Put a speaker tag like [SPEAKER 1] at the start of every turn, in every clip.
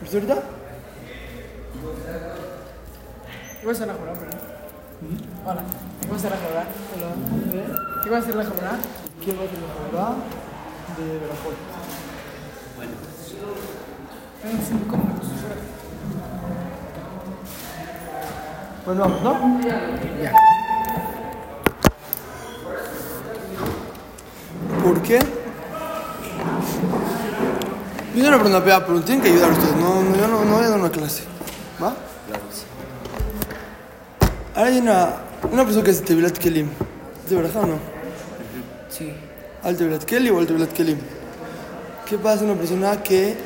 [SPEAKER 1] ¿Pues ahorita?
[SPEAKER 2] Iba a hacer la jornada, pero. Hola. Iba a hacer la jornada.
[SPEAKER 1] Hola.
[SPEAKER 2] Iba a hacer la jornada.
[SPEAKER 1] ¿Quién va a tener la verdad de Veracruz?
[SPEAKER 3] Bueno,
[SPEAKER 2] En cinco minutos.
[SPEAKER 4] Pues
[SPEAKER 1] Bueno, vamos, ¿no?
[SPEAKER 2] Ya.
[SPEAKER 4] ¿Por qué? Yo no le pregunto a Pea, pero tienen que ayudar ustedes. No, no, yo no, no voy a dar una clase. ¿Va? Ahora hay una, una persona que es de Tevilat Kelim. ¿Es de verdad o no?
[SPEAKER 3] sí.
[SPEAKER 4] Al Tevilat Keli o al Tevilat Kelim. ¿Qué pasa una persona que eh,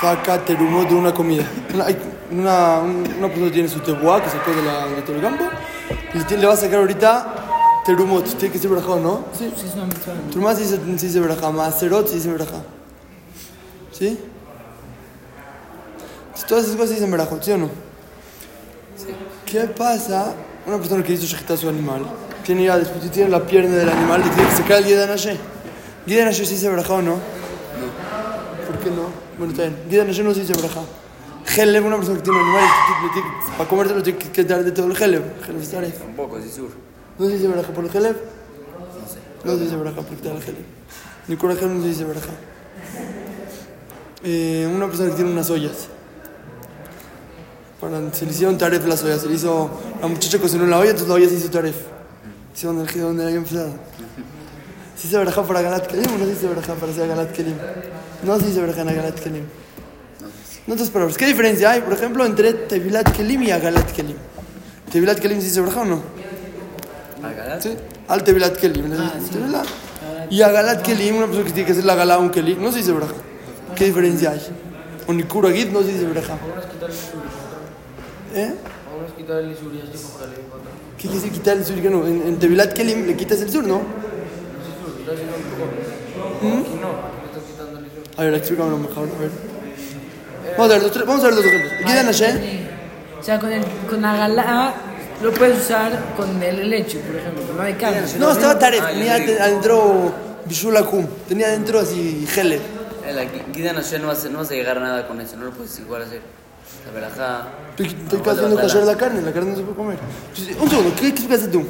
[SPEAKER 4] saca terumot de una comida? Una, hay una, un- una persona tiene su tebuá que sacó de la de todo el campo. Le, tiene- le va a sacar ahorita terumot. Tiene que ser verajado, ¿no? Sí.
[SPEAKER 2] Sí, es una mitzvah.
[SPEAKER 4] Turma se dice, se dice braja, maserot se dice braja. ¿Sí? Entonces, Todas esas cosas se dicen braja, ¿sí o no? ¿Qué pasa? Una persona que hizo shechita a su animal, tiene ya después tiene la pierna del animal y tiene que sacar el guía de Anashe. ¿Guía de Anashe se dice braja o no? No. ¿Por qué no? Bueno, está bien. Guía de Anashe no se dice braja. Geleb, una persona que tiene un animal, y le tiene que- para comérselo tiene que quitar de todo el geleb. Geleb está ahí.
[SPEAKER 3] Tampoco, sí, sur.
[SPEAKER 4] ¿No se dice baraja por el geleb? No se dice baraja por quitar el geleb. Ni con el geleb no se dice baraja. Eh, una persona que tiene unas ollas. Para- se le hicieron taref las ollas. Se le hizo, la muchacha cocinó la olla, entonces la olla se hizo taref. Se van el donde había empezado. ¿Se dice baraja para Galat Kelim o no se dice baraja para hacer Galat Kelim? No se dice baraja en Galat Kelim. En otras palabras, ¿qué diferencia hay, por ejemplo, entre Tevilat Kelim y Agalat Kelim? ¿Tevilat Kelim se dice baraja o no?
[SPEAKER 3] ¿Agalás?
[SPEAKER 4] Sí, al Tevilat Kelim. le
[SPEAKER 5] Ah,
[SPEAKER 4] dicen, Tevilat. Y a Galat Kelim, una persona que tiene que hacer la Galá a un Kelim, no se dice braja. ¿Qué diferencia hay? O ni Kuragit no se dice braja. ¿Eh?
[SPEAKER 5] Vamos a quitar el Isur y así con Jalil y con Jalil.
[SPEAKER 4] ¿Qué quise quitar el sur? Que no, en, en Tevilat Kelim le quitas el sur, ¿no? ¿Mm?
[SPEAKER 5] Está haciendo un poco. Aquí no, le estás quitando el Isur.
[SPEAKER 4] A ver, explícamelo mejor, a ver. Vamos a ver los, tres- vamos a ver los ejemplos. Aquí dan
[SPEAKER 5] Ah,
[SPEAKER 4] Hashem.
[SPEAKER 2] Sí. O sea, con, el, con la galá lo puedes usar con el leche, por ejemplo, pero no hay carne.
[SPEAKER 4] No, estaba Taref,
[SPEAKER 3] Ah, yo
[SPEAKER 4] tenía
[SPEAKER 3] digo.
[SPEAKER 4] adentro Bishulakum, tenía adentro así Hele.
[SPEAKER 3] Eh, La gui- guida Nashe no vas, a- no vas a llegar a nada con eso, no lo puedes igual hacer. La verajá.
[SPEAKER 4] Estoy, estoy
[SPEAKER 3] No,
[SPEAKER 4] haciendo
[SPEAKER 3] guárdala.
[SPEAKER 4] callar la carne, la carne no se puede comer. Entonces, un segundo, ¿qué, qué explicaste tú?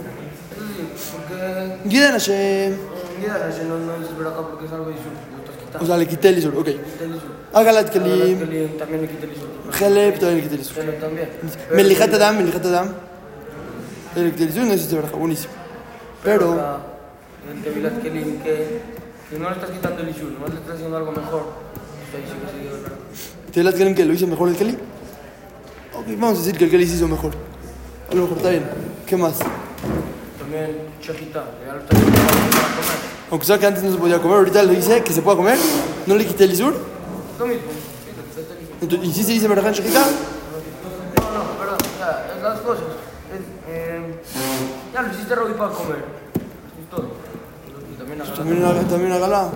[SPEAKER 4] Guía de Hashem.
[SPEAKER 5] En día de no, no es acá porque es algo de Isur. Lo estás
[SPEAKER 4] O
[SPEAKER 5] quitando.
[SPEAKER 4] sea, le quité el isur, ok.
[SPEAKER 5] Quita el Isur.
[SPEAKER 4] Agalat
[SPEAKER 5] La verdad es que
[SPEAKER 4] Kelim,
[SPEAKER 5] le- También le quita el Isur.
[SPEAKER 4] Heleb, también le quité el isur.
[SPEAKER 5] Pero también.
[SPEAKER 4] Melijat Adam, Melijat Adam. También Le quité el isur, no existe baraja, buenísimo. Pero,
[SPEAKER 5] la- El Tevilat Kelim, que, que no le estás quitando el Isur, no le estás haciendo algo mejor. Está diciendo que sí, de verdad.
[SPEAKER 4] ¿Telat Kelim que lo hizo mejor el Kelly? Ok, vamos a decir que el Kelly se hizo mejor. A lo mejor está bien. ¿Qué más?
[SPEAKER 5] También Chajita, ya lo estás quitando para comer.
[SPEAKER 4] Aunque sea que antes no se podía comer, ahorita lo hice que se pueda comer. No le quité el isur.
[SPEAKER 5] Lo mismo, sí, le quitaste el Isur.
[SPEAKER 4] Entonces, ¿Y si se dice baraja en Shekita?
[SPEAKER 5] No, no, perdón, o sea, es las cosas. Es, eh, ya lo hiciste Robbie para comer. Es todo. Y también agarraste-
[SPEAKER 4] También una, también una gala.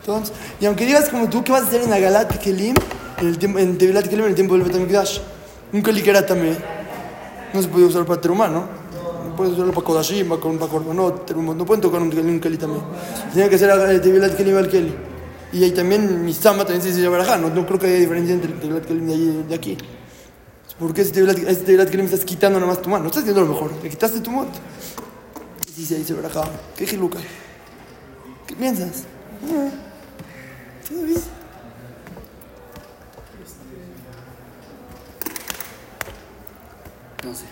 [SPEAKER 4] Entonces, y aunque digas como tú, ¿qué vas a hacer en Agalat Kelim? En, el tiempo, en Tevilat Kelim, en el tiempo del Betamikdash. Un Keli que era también. No se podía usar para Terumá, ¿no? No puedes usarlo para Kodashim, para, para Korbanot, Terumot. No pueden tocar un Keli, un Keli también. Tenía que ser eh, Tevilat Kelim al Keli. Y ahí también, Misama también se dice Barajá. No, no creo que haya diferencia entre el Tevilat Kelim de, ahí, de aquí. ¿Por qué ese Tevilat, ese Tevilat Kelim estás quitando nada más tu mano? No estás haciendo lo mejor. Le quitaste tu mot. Y se dice Barajá. ¿Qué jiluca? ¿Qué piensas? Eh, ¿Todo bien?
[SPEAKER 3] No sé.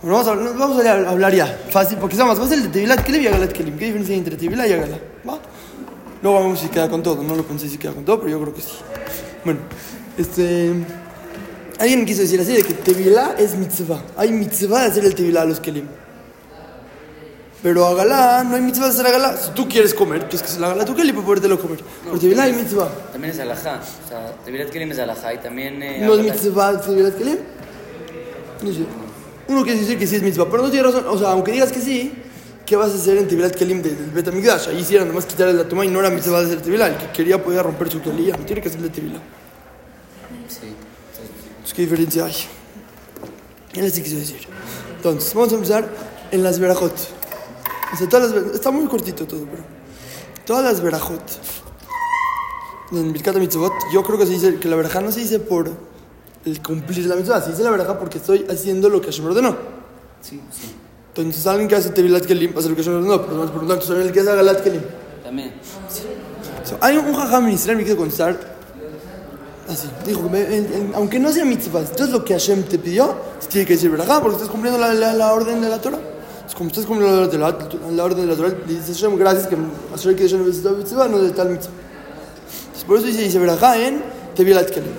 [SPEAKER 4] Bueno, vamos a, no, vamos a hablar- hablar ya, fácil, porque está más fácil de Tevilat Kelim y Agalat Kelim. ¿Qué diferencia hay entre Tevilat y Agalat? ¿Va? Luego vamos si queda con todo, no lo pensé si queda con todo, pero yo creo que sí. Bueno, este. Alguien quiso decir así de que Tevilat es mitzvah. Hay mitzvah de hacer el Tevilat a los Kelim. Pero Agalat, no hay mitzvah de hacer Agalat. Si tú quieres comer, tienes que hacer Agalat tu Kelim para podértelo comer. Pero Tevilat hay mitzvah.
[SPEAKER 3] También es alajá. O sea, Tevilat Kelim es alajá y también. eh,
[SPEAKER 4] ¿No es
[SPEAKER 3] agalá-
[SPEAKER 4] mitzvah Tevilat Kelim? No sé. Uno quiere decir que sí es mitzvah, pero no tiene razón. O sea, aunque digas que sí, ¿qué vas a hacer en Tevilat Kelim del Betamigdash? Ahí sí era nomás quitarle la toma y no era mitzvah de hacer Tevilat. El que quería podía romper su telilla, no tiene que hacerle Tevilat.
[SPEAKER 3] Sí.
[SPEAKER 4] Entonces, ¿qué diferencia hay? Él así quiso decir. Entonces, vamos a empezar en las verajot. O sea, todas las ver- Está muy cortito todo, pero. Todas las verajot. En Birkat Mitzvot, yo creo que se dice que la verajá no se dice por el cumplir la mitzvah, se dice la verajá porque estoy haciendo lo que Hashem ordenó.
[SPEAKER 3] Sí, sí.
[SPEAKER 4] Entonces alguien que hace Tevilat Kelim hace lo que Hashem ordenó, pero no es por lo tanto, solo el que hace Galat Kelim.
[SPEAKER 3] También.
[SPEAKER 4] So, hay un jajam en Israel me quiso contestar así. Dijo, "Me- el- el- aunque no sea mitzvah, esto es lo que Hashem te pidió, se tiene que decir verajá, porque estás cumpliendo la, la- la orden de la Torah. Entonces, como estás cumpliendo la, la- la orden de la Torah, le dices Hashem, gracias que Hashem que Hashem es mitzvah, no de tal mitzvah. Entonces, por eso dice, dice verajá en Tevilat Kelim.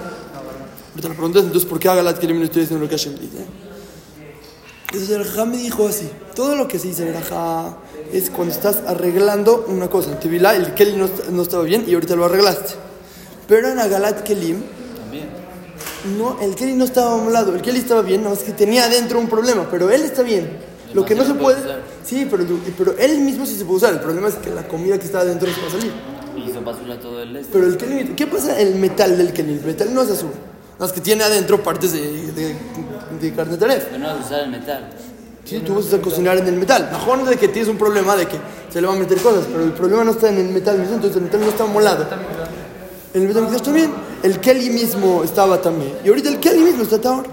[SPEAKER 4] Ahorita le preguntas, entonces, ¿por qué haga la Kelim y no estoy haciendo lo que Hashem dice? Entonces el Jajá me dijo así, todo lo que se dice en el Jajá es cuando estás arreglando una cosa. En Tevilá el Kelim no, no estaba bien y ahorita lo arreglaste. Pero en Agalat Kelim,
[SPEAKER 3] También.
[SPEAKER 4] no, el Kelim no estaba a un lado, el Kelim estaba bien, nada más que tenía adentro un problema, pero él está bien. Lo que no se
[SPEAKER 3] Demasiado puede
[SPEAKER 4] puede...
[SPEAKER 3] usar.
[SPEAKER 4] Sí, pero, pero él mismo sí se puede usar, el problema es que la comida que está adentro se va a salir.
[SPEAKER 3] Y hizo basura todo el este.
[SPEAKER 4] Pero el Kelim, ¿qué pasa el metal del Kelim? El metal no es azul, nada más que tiene adentro partes de, de, de carne taref.
[SPEAKER 3] Pero no vas a usar el metal.
[SPEAKER 4] Sí, tú vas a cocinar en el metal. Mejor de que tienes un problema de que se le van a meter cosas, pero el problema no está en el metal mismo, entonces el metal no está molado. El metal mismo está bien. El Kelly mismo estaba también. Y ahorita el Kelly mismo está ahora.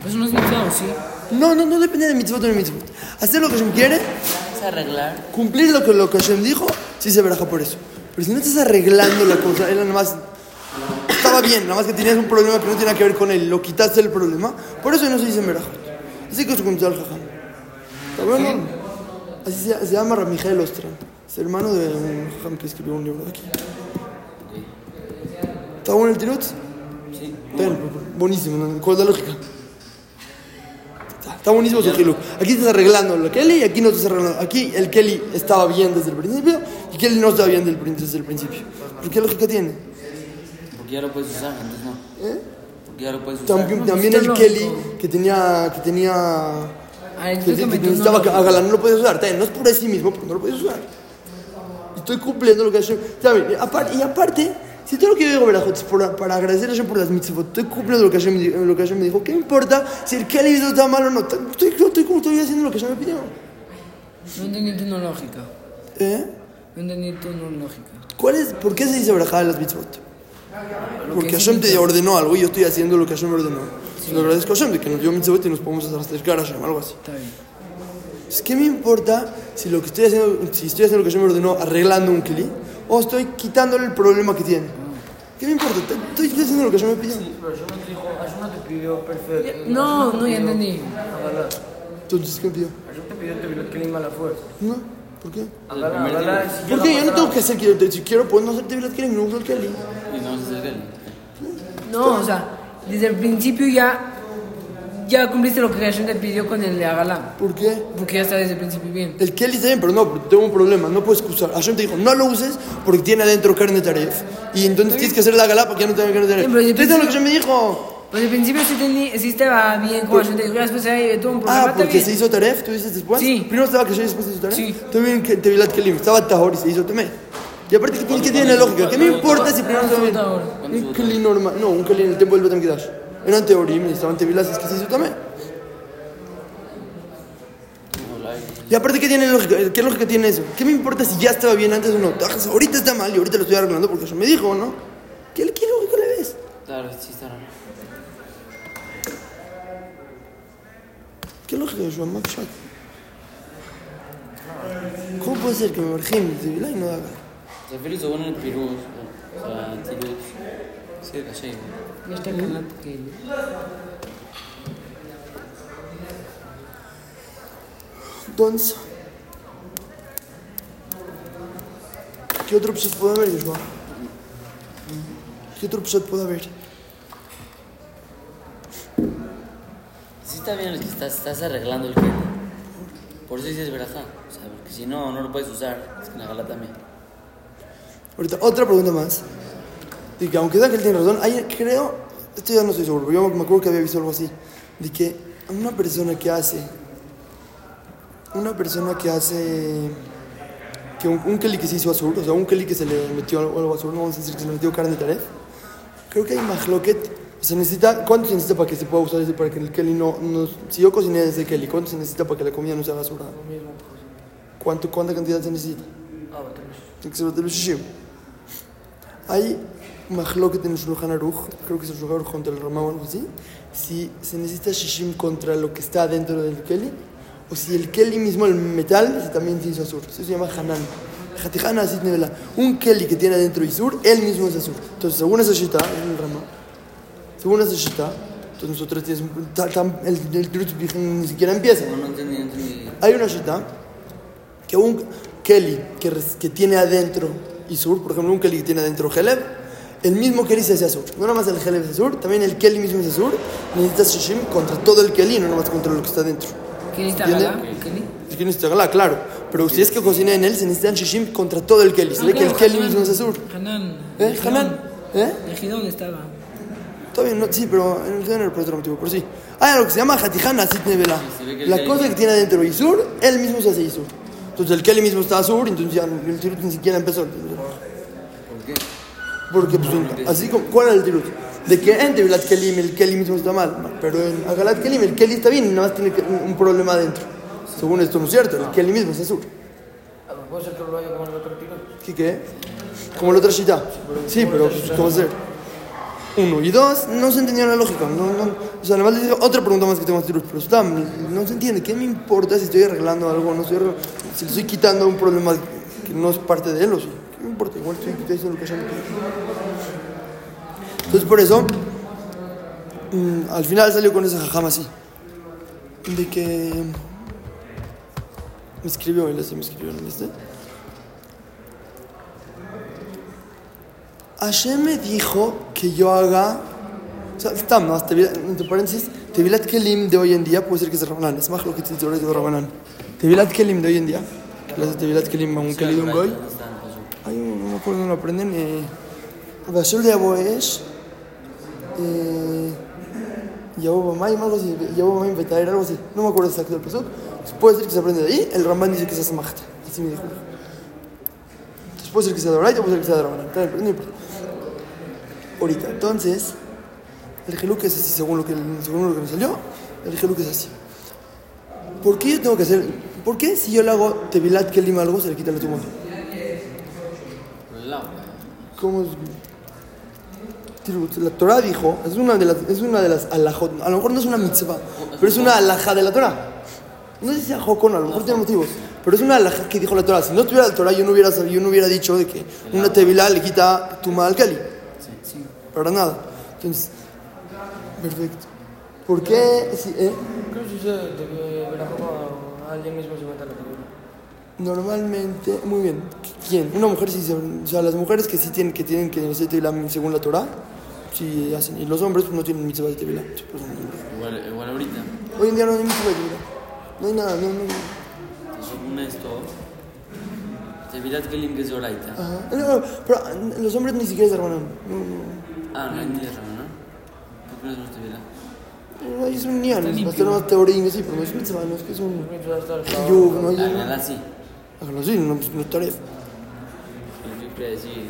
[SPEAKER 2] Pues no es mitzvah, ¿o sí?
[SPEAKER 4] No, no, no depende de mitzvot o de mitzvot. Hacer lo que Hashem quiere,
[SPEAKER 3] Vas a arreglar.
[SPEAKER 4] cumplir lo que, lo que Hashem dijo, sí se baraja por eso. Pero si no estás arreglando la cosa, él nada más estaba bien, nada más que tenías un problema que no tiene nada que ver con él, lo quitaste el problema, por eso no se dice merajot. Así que es un tal jajam. ¿Está bueno? Así se, se llama Ramijel Ostran, es hermano de un jajam que escribió un libro de aquí. ¿Está bueno el tirot?
[SPEAKER 3] Sí.
[SPEAKER 4] Ten, buenísimo, ¿no? ¿cuál es la lógica? Está- Está buenísimo su Hiluk. Aquí estás arreglando lo Kelly y aquí no estás arreglando. Aquí el Kelly estaba bien desde el principio y Kelly no estaba bien del prin- desde el principio. ¿Por qué lógica tiene?
[SPEAKER 3] Porque ya lo puedes usar, entonces no.
[SPEAKER 4] ¿Eh?
[SPEAKER 3] Porque ya lo puedes usar.
[SPEAKER 4] También, también
[SPEAKER 2] está
[SPEAKER 4] el
[SPEAKER 2] lógico.
[SPEAKER 4] Kelly que tenía. que tenía.
[SPEAKER 2] A ver,
[SPEAKER 4] que, que
[SPEAKER 2] explícame tú,
[SPEAKER 4] necesitaba
[SPEAKER 2] no,
[SPEAKER 4] que a Galán no lo podías usar. También, no es por sí mismo, porque no lo podías usar. Estoy cumpliendo lo que Hashem. también, y apar- y aparte, si todo lo que yo digo Berajot es por- para agradecer a Hashem por las mitzvot, estoy cumpliendo lo que Hashem, di- lo que Hashem me dijo. ¿Qué me importa si el Kelly hizo está mal o no? Estoy, estoy, estoy como estoy haciendo lo que Hashem me pidió.
[SPEAKER 2] No entendí tu no lógica.
[SPEAKER 4] ¿Eh?
[SPEAKER 2] No entendí tu no lógica.
[SPEAKER 4] ¿Cuál es, ¿Por qué se dice Berajá de las mitzvot? Porque
[SPEAKER 2] es
[SPEAKER 4] Hashem te ordenó algo y yo estoy haciendo lo que Hashem me ordenó. Se Lo agradezco a Hashem de que nos dio mitzvot y nos podemos acercar a Hashem, algo así.
[SPEAKER 2] Está bien.
[SPEAKER 4] Entonces, ¿Qué me importa si lo que estoy haciendo, si estoy haciendo lo que yo me ordenó arreglando un clip o estoy quitándole el problema que tiene? ¿Qué me importa? Te- Estoy haciendo lo que yo me pidió.
[SPEAKER 5] Pero yo no te dijo, Hashem no te pidió perfecto.
[SPEAKER 2] Eh, No, no, ya
[SPEAKER 5] pidió
[SPEAKER 2] entendí.
[SPEAKER 5] Agalá.
[SPEAKER 4] Entonces, ¿qué me pidió?
[SPEAKER 5] Hashem te pidió te pidió que lima la fuerza.
[SPEAKER 4] No, ¿por qué?
[SPEAKER 5] Agalá,
[SPEAKER 3] primer
[SPEAKER 5] agalá,
[SPEAKER 3] día.
[SPEAKER 5] si
[SPEAKER 4] ¿Por
[SPEAKER 5] llega
[SPEAKER 4] qué? Yo no
[SPEAKER 5] a
[SPEAKER 4] tengo que hacer que si quiero, puedo no hacer Tevilat Kelim, no uso el Kelly.
[SPEAKER 3] Y no vas a hacer el.
[SPEAKER 2] No, o sea, desde el principio ya. Ya cumpliste lo que Hashem te pidió con el de Agalá.
[SPEAKER 4] ¿Por qué?
[SPEAKER 2] Porque ya está desde el principio bien.
[SPEAKER 4] El Kelly está bien, pero no, tengo un problema, no puedes usar. Hashem te dijo, no lo uses porque tiene adentro carne taref. Y entonces tienes que hacer la galá para que ya no tenga carne taref.
[SPEAKER 2] Sí, pero si
[SPEAKER 4] Estoy haciendo lo
[SPEAKER 2] piensas-
[SPEAKER 4] que yo me dijo.
[SPEAKER 2] Pues al principio sí, tení, sí estaba bien como Hashem te dijo. ya Después ahí tuvo un problema.
[SPEAKER 4] Ah,
[SPEAKER 2] está
[SPEAKER 4] porque
[SPEAKER 2] bien.
[SPEAKER 4] se hizo Taref, tú dices después.
[SPEAKER 2] Sí.
[SPEAKER 4] Primero estaba que y después se hizo Taref.
[SPEAKER 2] Sí.
[SPEAKER 4] También que Tevilat Kelim, estaba Tahor y se hizo Temé. Y aparte, ¿qué tiene, qué tiene la lógica? ¿Qué me importa si primero estaba bien?
[SPEAKER 2] Ah, Tahor.
[SPEAKER 4] Un Kelim normal, no, un Kelim en el tiempo del Betam Kedash. Eran Teorim y estaban Tevilas, es que se hizo Temé. Y aparte, ¿qué tiene lógica? ¿Qué lógica tiene eso? ¿Qué me importa si ya estaba bien antes o no? Tajas, Ahorita está mal y ahorita lo estoy arreglando porque yo me dijo, ¿no? ¿Qué, qué lógica le ves?
[SPEAKER 3] Claro, sí está raro.
[SPEAKER 4] ¿Qué lógica es Joan Shot? ¿Cómo puede ser que me margine de Tevilá y no haga?
[SPEAKER 3] O sea, Félix según el Pirú. O sea, Tirus. Sí, caché.
[SPEAKER 2] Ya está Agalá, que-
[SPEAKER 4] Entonces, ¿qué otro episodio puede haber, Joshua? ¿Qué otro episodio puede haber?
[SPEAKER 3] Sí está bien el que estás, estás arreglando el que. Por eso dices verajá. O sea, porque si no, no lo puedes usar. Es que en la gala también.
[SPEAKER 4] Ahorita, otra pregunta más. De que aunque sea que él tiene razón, hay, creo, esto ya no estoy seguro, pero yo me acuerdo que había visto algo así. De que una persona que hace, una persona que hace, que un, un Kelly que se hizo azul, o sea, un Kelly que se le metió algo, algo azul, no vamos a decir que se le metió carne de taref, creo que hay majloquet. Se necesita, ¿Cuánto se necesita para que se pueda usar ese, para que el Kelly no, no- Si yo cociné ese Kelly, ¿cuánto se necesita para que la comida no sea basura? cuánto, cuánta cantidad se necesita.
[SPEAKER 5] Ah, baterush.
[SPEAKER 4] Excepto el Shishim. Hay Mahloket en el Shulchan Aruch, creo que es el Shulchan Aruch contra el Ramá o algo así, si se necesita Shishim contra lo que está dentro del Keli, o si el Keli mismo, el metal, se- también se hizo Azur. Eso se llama Hanan. Hatijana así nevela. Un Keli que tiene adentro Isur, él mismo es Azur. Entonces, según esa Shita, en el Ramá, según esa Shita, entonces nosotros tenemos, ta- tam- el, el Trutz Bihin ni siquiera empieza.
[SPEAKER 3] No, no entendí, no entendí.
[SPEAKER 4] Hay una shita que un Kelly que, res- que tiene adentro Isur, por ejemplo, un Kelly que tiene adentro Heleb, el mismo Kelly se hace Azur. No nada más el Heleb es Azur, también el Kelly mismo es Azur. Necesitas Shishim contra todo el Kelly, no nada más contra lo que está dentro.
[SPEAKER 2] ¿Quién está
[SPEAKER 4] ¿Entiende?
[SPEAKER 2] acá? ¿Kelly?
[SPEAKER 4] Es que necesita Galá, claro. Pero ustedes que cocina en él se necesitan Shishim contra todo el Kelly. Se ve que el Kelly mismo es Azur.
[SPEAKER 2] Hanan.
[SPEAKER 4] ¿Eh? Hanan. ¿Eh?
[SPEAKER 2] El Gidón estaba.
[SPEAKER 4] Todavía no, sí, pero en el género por otro motivo, pero sí. Hay algo que se llama Hatijana Asit Nevela.
[SPEAKER 3] se ve que el
[SPEAKER 4] La
[SPEAKER 3] Kelly-
[SPEAKER 4] cosa que tiene adentro Isur, él mismo se hace Isur. Entonces el Kelly mismo está Azur, entonces ya el Tirut ni siquiera empezó.
[SPEAKER 3] ¿Por qué?
[SPEAKER 4] Porque, pues, un- así como, ¿cuál era el Tirut? De que en Tevilat Kelim el Kelly mismo está mal, pero en Agalat Kelim el Kelly está bien y nada más tiene que- un un problema adentro. Según esto no es cierto, el Kelly mismo es Azur.
[SPEAKER 5] Ah, pues, Puede ser que lo haya como el otro tiro.
[SPEAKER 4] ¿Qué qué? Como la otra Shita. Sí, pero pues, ¿qué va a ser? Uno y dos, no se entendió la lógica. No, no, o sea, además les digo otra pregunta más que tengo a Tirus, pero está, no se entiende. ¿Qué me importa si estoy arreglando algo o no estoy arreglando? Si le estoy quitando un problema que no es parte de él, o sí. ¿Qué me importa? Igual estoy estoy haciendo lo que haya Entonces, por eso, mm, al final salió con esa jajama así. De que. Me escribió, él así me escribió en el este. Hashem me dijo que yo haga. O sea, está más, Tevilat- entre paréntesis, Tevilat Kelim de hoy en día puede ser que es de Rabanán. Es más lo que te dice ahora es de Rabanán. Tevilat Kelim de hoy en día. que le hace Tevilat Kelim a un Kelly de un goy.
[SPEAKER 3] ¿Dónde están? Pues,
[SPEAKER 4] Ay, no me acuerdo, no lo aprenden. Eh. Basur de Aboesh. Eh, Yahu Bamay, algo así. Yahu Bamay Betaer, algo así. No me acuerdo exacto del pasuk. Puede ser que se aprende de ahí. El Ramán dice que se hace majta. Así me dijo. Entonces puede ser que sea de Oraita, puede ser que sea de Rabanán. Está bien, pero No importa. Ahorita, entonces. El geluk es así, según lo que, según lo que me salió. El geluk es así. ¿Por qué yo tengo que hacer.? ¿Por qué si yo le hago Tevilat Kelim a algo se le quita la tumba?
[SPEAKER 3] por el lado.
[SPEAKER 4] ¿Cómo es? Tirut, La Torah dijo, es una de las, es una de las alajot, a lo mejor no es una mitzvah, pero es una alajá de la Torah. No sé si sea jocón, a lo mejor tiene motivos, pero es una alajá que dijo la Torah. Si no tuviera la Torah, yo no hubiera, sabido- yo no hubiera dicho de que una tevilá le quita tu al Cali. Para nada. Entonces, perfecto. ¿Por qué? si- eh,
[SPEAKER 5] Creo que sucede de que Berajoa alguien mismo se mata la película.
[SPEAKER 4] Normalmente, muy bien. ¿Quién? Una mujer sí, se- o sea, las mujeres que sí tienen que tienen que hacer tevilá según la Torah, sí hacen. Y los hombres pues, no tienen mitzvah de tevilá. Sí, pues, no.
[SPEAKER 3] Igual, igual ahorita.
[SPEAKER 4] Hoy en día no hay mitzvah de tevilá. No hay nada, no, no. no.
[SPEAKER 3] Según esto, Tevilat Kelim que es de Oraita.
[SPEAKER 4] Ajá. No, no, pero ah, los hombres ni siquiera se hermanan. No, no.
[SPEAKER 3] Ah, no entendí eso, ¿no? ¿Por qué no es una Tevilat?
[SPEAKER 4] No, ahí es un niño, va a ser más teoría, sí, pero no es mitzvah, no es que es un.
[SPEAKER 5] Mientras va a estar el
[SPEAKER 4] Yo, no hay.
[SPEAKER 3] La Galá sí.
[SPEAKER 4] Hágalo así, no, pues, no es tarea.
[SPEAKER 3] Yo yo quería decir,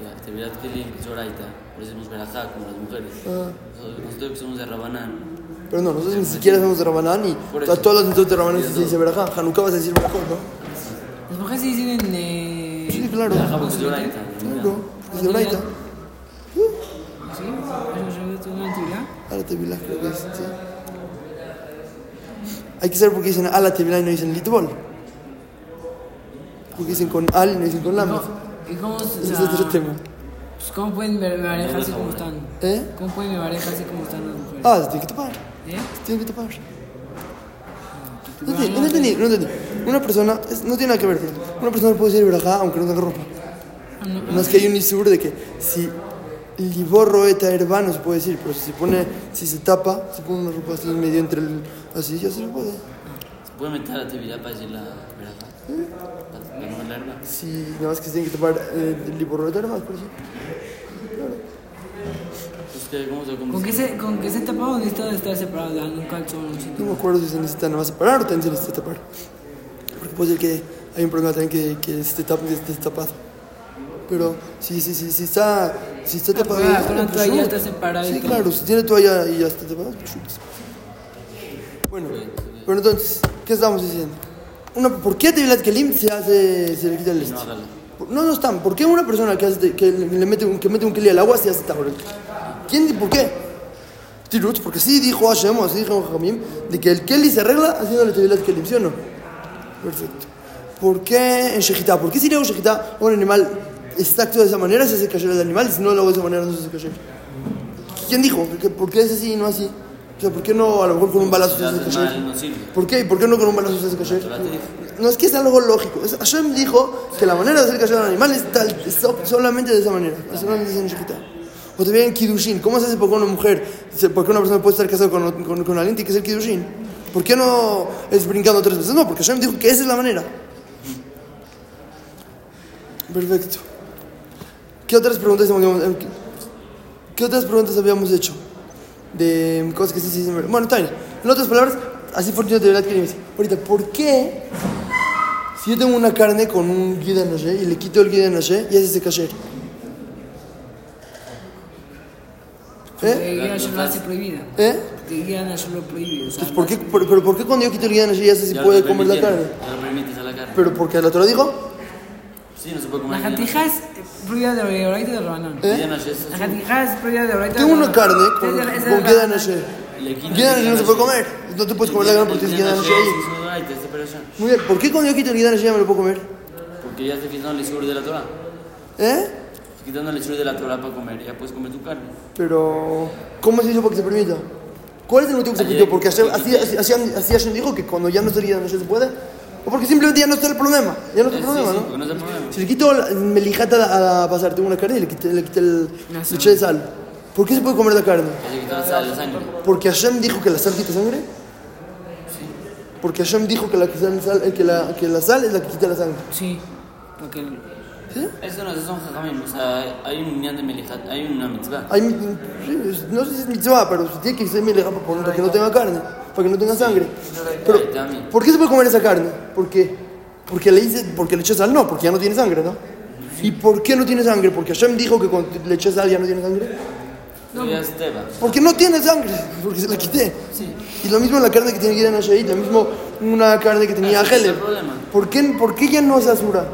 [SPEAKER 3] ya, Tevilat Kelim que es Oraita, por eso somos Berajá, como las mujeres.
[SPEAKER 4] Ah.
[SPEAKER 3] Nosotros nosotros que somos de Rabanán.
[SPEAKER 4] Pero no, nosotros ni siquiera somos de Rabanán y
[SPEAKER 3] Por
[SPEAKER 4] o sea,
[SPEAKER 3] eso.
[SPEAKER 4] todas las mitzvot de Rabanán se dice verajá. Hanukkah vas a decir verajá, ¿no?
[SPEAKER 2] Las mujeres sí dicen en. Eh...
[SPEAKER 4] Ah, Sí, claro.
[SPEAKER 3] Berajá Ah, porque es de Oraita.
[SPEAKER 4] Claro, es de Oraita.
[SPEAKER 2] ¿Sí? ¿Eso se ve todo en la antigüedad?
[SPEAKER 4] Ala Tevilá, creo que es. sí. Hay que saber por qué dicen Ala Tevilá y no dicen Litbol. Porque dicen con Al y no dicen con Lam.
[SPEAKER 2] ¿Y cómo, o
[SPEAKER 4] Ese es
[SPEAKER 2] sea,
[SPEAKER 4] otro tema.
[SPEAKER 2] pues, ¿Cómo pueden ver mi pareja así como están?
[SPEAKER 4] ¿Eh?
[SPEAKER 2] ¿Cómo pueden ver mi pareja así como están las mujeres?
[SPEAKER 4] Ah, se tiene que tapar.
[SPEAKER 2] ¿Eh?
[SPEAKER 4] Se tiene que tapar. No entendí, no entendí, no entendí. Una persona, es- no tiene nada que ver, pero una persona puede decir Ibrahá aunque no tenga ropa.
[SPEAKER 2] Ah, no,
[SPEAKER 4] Más que hay un isur de que si liborro eta hermano se puede decir, pero si se pone, si se tapa, se pone una ropa así en medio entre el. así ya se lo puede.
[SPEAKER 3] ¿Se puede meter la Tevilat para decir la Berajá? Para para no ver la herba.
[SPEAKER 4] Si nada más que se tiene que tapar eh, el liborro eta hermano, por eso.
[SPEAKER 3] Entonces, ¿qué- ¿cómo se lo
[SPEAKER 2] ¿Con
[SPEAKER 3] comes?
[SPEAKER 2] qué se, con qué se tapa o necesita de estar separado? ¿Le dan un calzón un
[SPEAKER 4] No
[SPEAKER 2] cinturón?
[SPEAKER 4] me acuerdo si se necesita nada más separar o también se necesita tapar. Porque puede ser que hay un problema también que, que esté tap- que esté tapado. Pero si, si, si, si está, si está
[SPEAKER 2] Ah,
[SPEAKER 4] tapado.
[SPEAKER 2] pues,
[SPEAKER 4] ya
[SPEAKER 2] con la
[SPEAKER 4] pues,
[SPEAKER 2] toalla
[SPEAKER 4] shoot.
[SPEAKER 2] está separado y
[SPEAKER 4] Sí,
[SPEAKER 2] todo.
[SPEAKER 4] claro, si tiene toalla y ya está tapado, pues shoot. Bueno, bueno, entonces, ¿qué estamos diciendo? una, ¿por qué Tevilat Kelim se hace, se le quita el este?
[SPEAKER 3] No, dale.
[SPEAKER 4] Por- No, no están. ¿Por qué una persona que, hace, que le mete, un- que mete un keli al agua se hace tahor? ¿Quién y por qué? Tiruch, porque sí dijo Hashem, o así dijo Jamim, de que el keli se arregla haciéndole Tevilat Kelim, ¿sí o no? Perfecto. ¿Por qué en Shejitá? ¿Por qué si le hago Shejitá a un animal exacto de esa manera se hace callar el animal? Si no lo hago de esa manera no se hace callar. ¿Quién dijo? ¿Que- ¿Por qué es así y no así? O sea, ¿por qué no a lo mejor con un balazo
[SPEAKER 3] Si
[SPEAKER 4] se
[SPEAKER 3] lo
[SPEAKER 4] hace
[SPEAKER 3] haces
[SPEAKER 4] callar?
[SPEAKER 3] mal, no sirve.
[SPEAKER 4] ¿Por qué? ¿Y por qué no con un balazo se hace kasher?
[SPEAKER 3] Torah te dijo.
[SPEAKER 4] No, es que es algo lógico. Es- Hashem dijo que la manera de hacer kasher al animal es, tal, es so- solamente de esa manera. Es solamente de esa manera. O también en Kiddushin. ¿Cómo se hace por qué una mujer, se- por qué una persona puede estar casada con, con, con alguien tiene que ser Kiddushin? ¿Por qué no es brincando tres veces? No, porque Hashem dijo que esa es la manera. Perfecto. ¿Qué otras preguntas habíamos, eh, qué- qué otras preguntas habíamos hecho? De cosas que sí se dicen. verdad. Bueno, está bien. En otras palabras, así fue de verdad que le dice. Ahorita, ¿por qué si yo tengo una carne con un guida noche y le quito el guida noche y hace ese kasher? ¿Eh?
[SPEAKER 2] Porque guía nacional hace prohibida.
[SPEAKER 4] ¿Eh?
[SPEAKER 2] Porque guía nacional lo prohíbe. O sea,
[SPEAKER 4] Pues, ¿por qué, por- pero ¿por qué cuando yo quito el guida noche ya se si
[SPEAKER 3] Ya
[SPEAKER 4] puede
[SPEAKER 3] lo
[SPEAKER 4] comer la carne?
[SPEAKER 3] permitieron, Ya lo permites a la carne.
[SPEAKER 4] Pero porque el otro dijo,
[SPEAKER 3] Sí, no se puede
[SPEAKER 2] La
[SPEAKER 3] comer.
[SPEAKER 2] jatija es prohibida de Oraita de Rabanón.
[SPEAKER 4] ¿Eh?
[SPEAKER 3] Ya no es eso.
[SPEAKER 2] La jatija es prohibida de Oraita de
[SPEAKER 4] tengo una
[SPEAKER 2] Rabanán.
[SPEAKER 4] carne
[SPEAKER 2] Es de-
[SPEAKER 4] con,
[SPEAKER 2] es de
[SPEAKER 4] con guida
[SPEAKER 2] Rabanán.
[SPEAKER 4] noche.
[SPEAKER 3] Le quitas
[SPEAKER 4] Guida noche no se
[SPEAKER 3] el guidanashe.
[SPEAKER 4] puede comer. No te puedes comer la carne porque es guida noche ahí. Muy bien, ¿por qué cuando yo quito el guida noche ya me lo puedo comer?
[SPEAKER 3] Porque ya te quitando el sur de la Torah.
[SPEAKER 4] ¿Eh?
[SPEAKER 3] Te quitando el sur de la Torah para comer. Ya puedes comer tu carne.
[SPEAKER 4] Pero, ¿cómo se hizo para que se permita? ¿Cuál es el motivo que se
[SPEAKER 3] Ayer-
[SPEAKER 4] permitió? Porque Hashem- así, así, así, así Hashem dijo que cuando ya no se guida noche se puede. O porque simplemente ya no está el problema. Ya no está
[SPEAKER 3] Eh,
[SPEAKER 4] el
[SPEAKER 3] sí,
[SPEAKER 4] problema,
[SPEAKER 3] sí,
[SPEAKER 4] ¿no?
[SPEAKER 3] porque no es el problema.
[SPEAKER 4] Si le quito la, me lijata a pasar, tengo una carne y le quité, le quité el
[SPEAKER 2] La
[SPEAKER 4] le eché sal. ¿Por qué se puede comer la carne?
[SPEAKER 3] Ya se quitó la sal, la sangre.
[SPEAKER 4] ¿Porque Hashem dijo que la sal quita sangre? Sí. Porque Hashem dijo que la, que sal, eh, que la, que la sal es la que quita la sangre.
[SPEAKER 2] Sí. Porque el-
[SPEAKER 3] Eso no, eso son jajamim. O sea, hay un unión de melijat, hay una mitzvah.
[SPEAKER 4] Hay, no sé si es mitzvah, pero si tiene que ser mileja para poner- para que no tenga carne, para que no tenga sangre. Pero,
[SPEAKER 3] Ahí también.
[SPEAKER 4] ¿por qué se puede comer esa carne? ¿Por qué? Porque le hice, porque le eché sal, no, porque ya no tiene sangre, ¿no? ¿Y por qué no tiene sangre? Porque Hashem dijo que cuando le eché sal ya no tiene sangre.
[SPEAKER 3] Eso ya es teba.
[SPEAKER 4] Porque no tiene sangre, porque se la quité.
[SPEAKER 3] Sí.
[SPEAKER 4] Y lo mismo la carne que tiene que ir a lo mismo una carne que tenía
[SPEAKER 3] Ah, Ese es el
[SPEAKER 4] Helen.
[SPEAKER 3] problema.
[SPEAKER 4] ¿Por qué, ¿Por qué ya no es asura?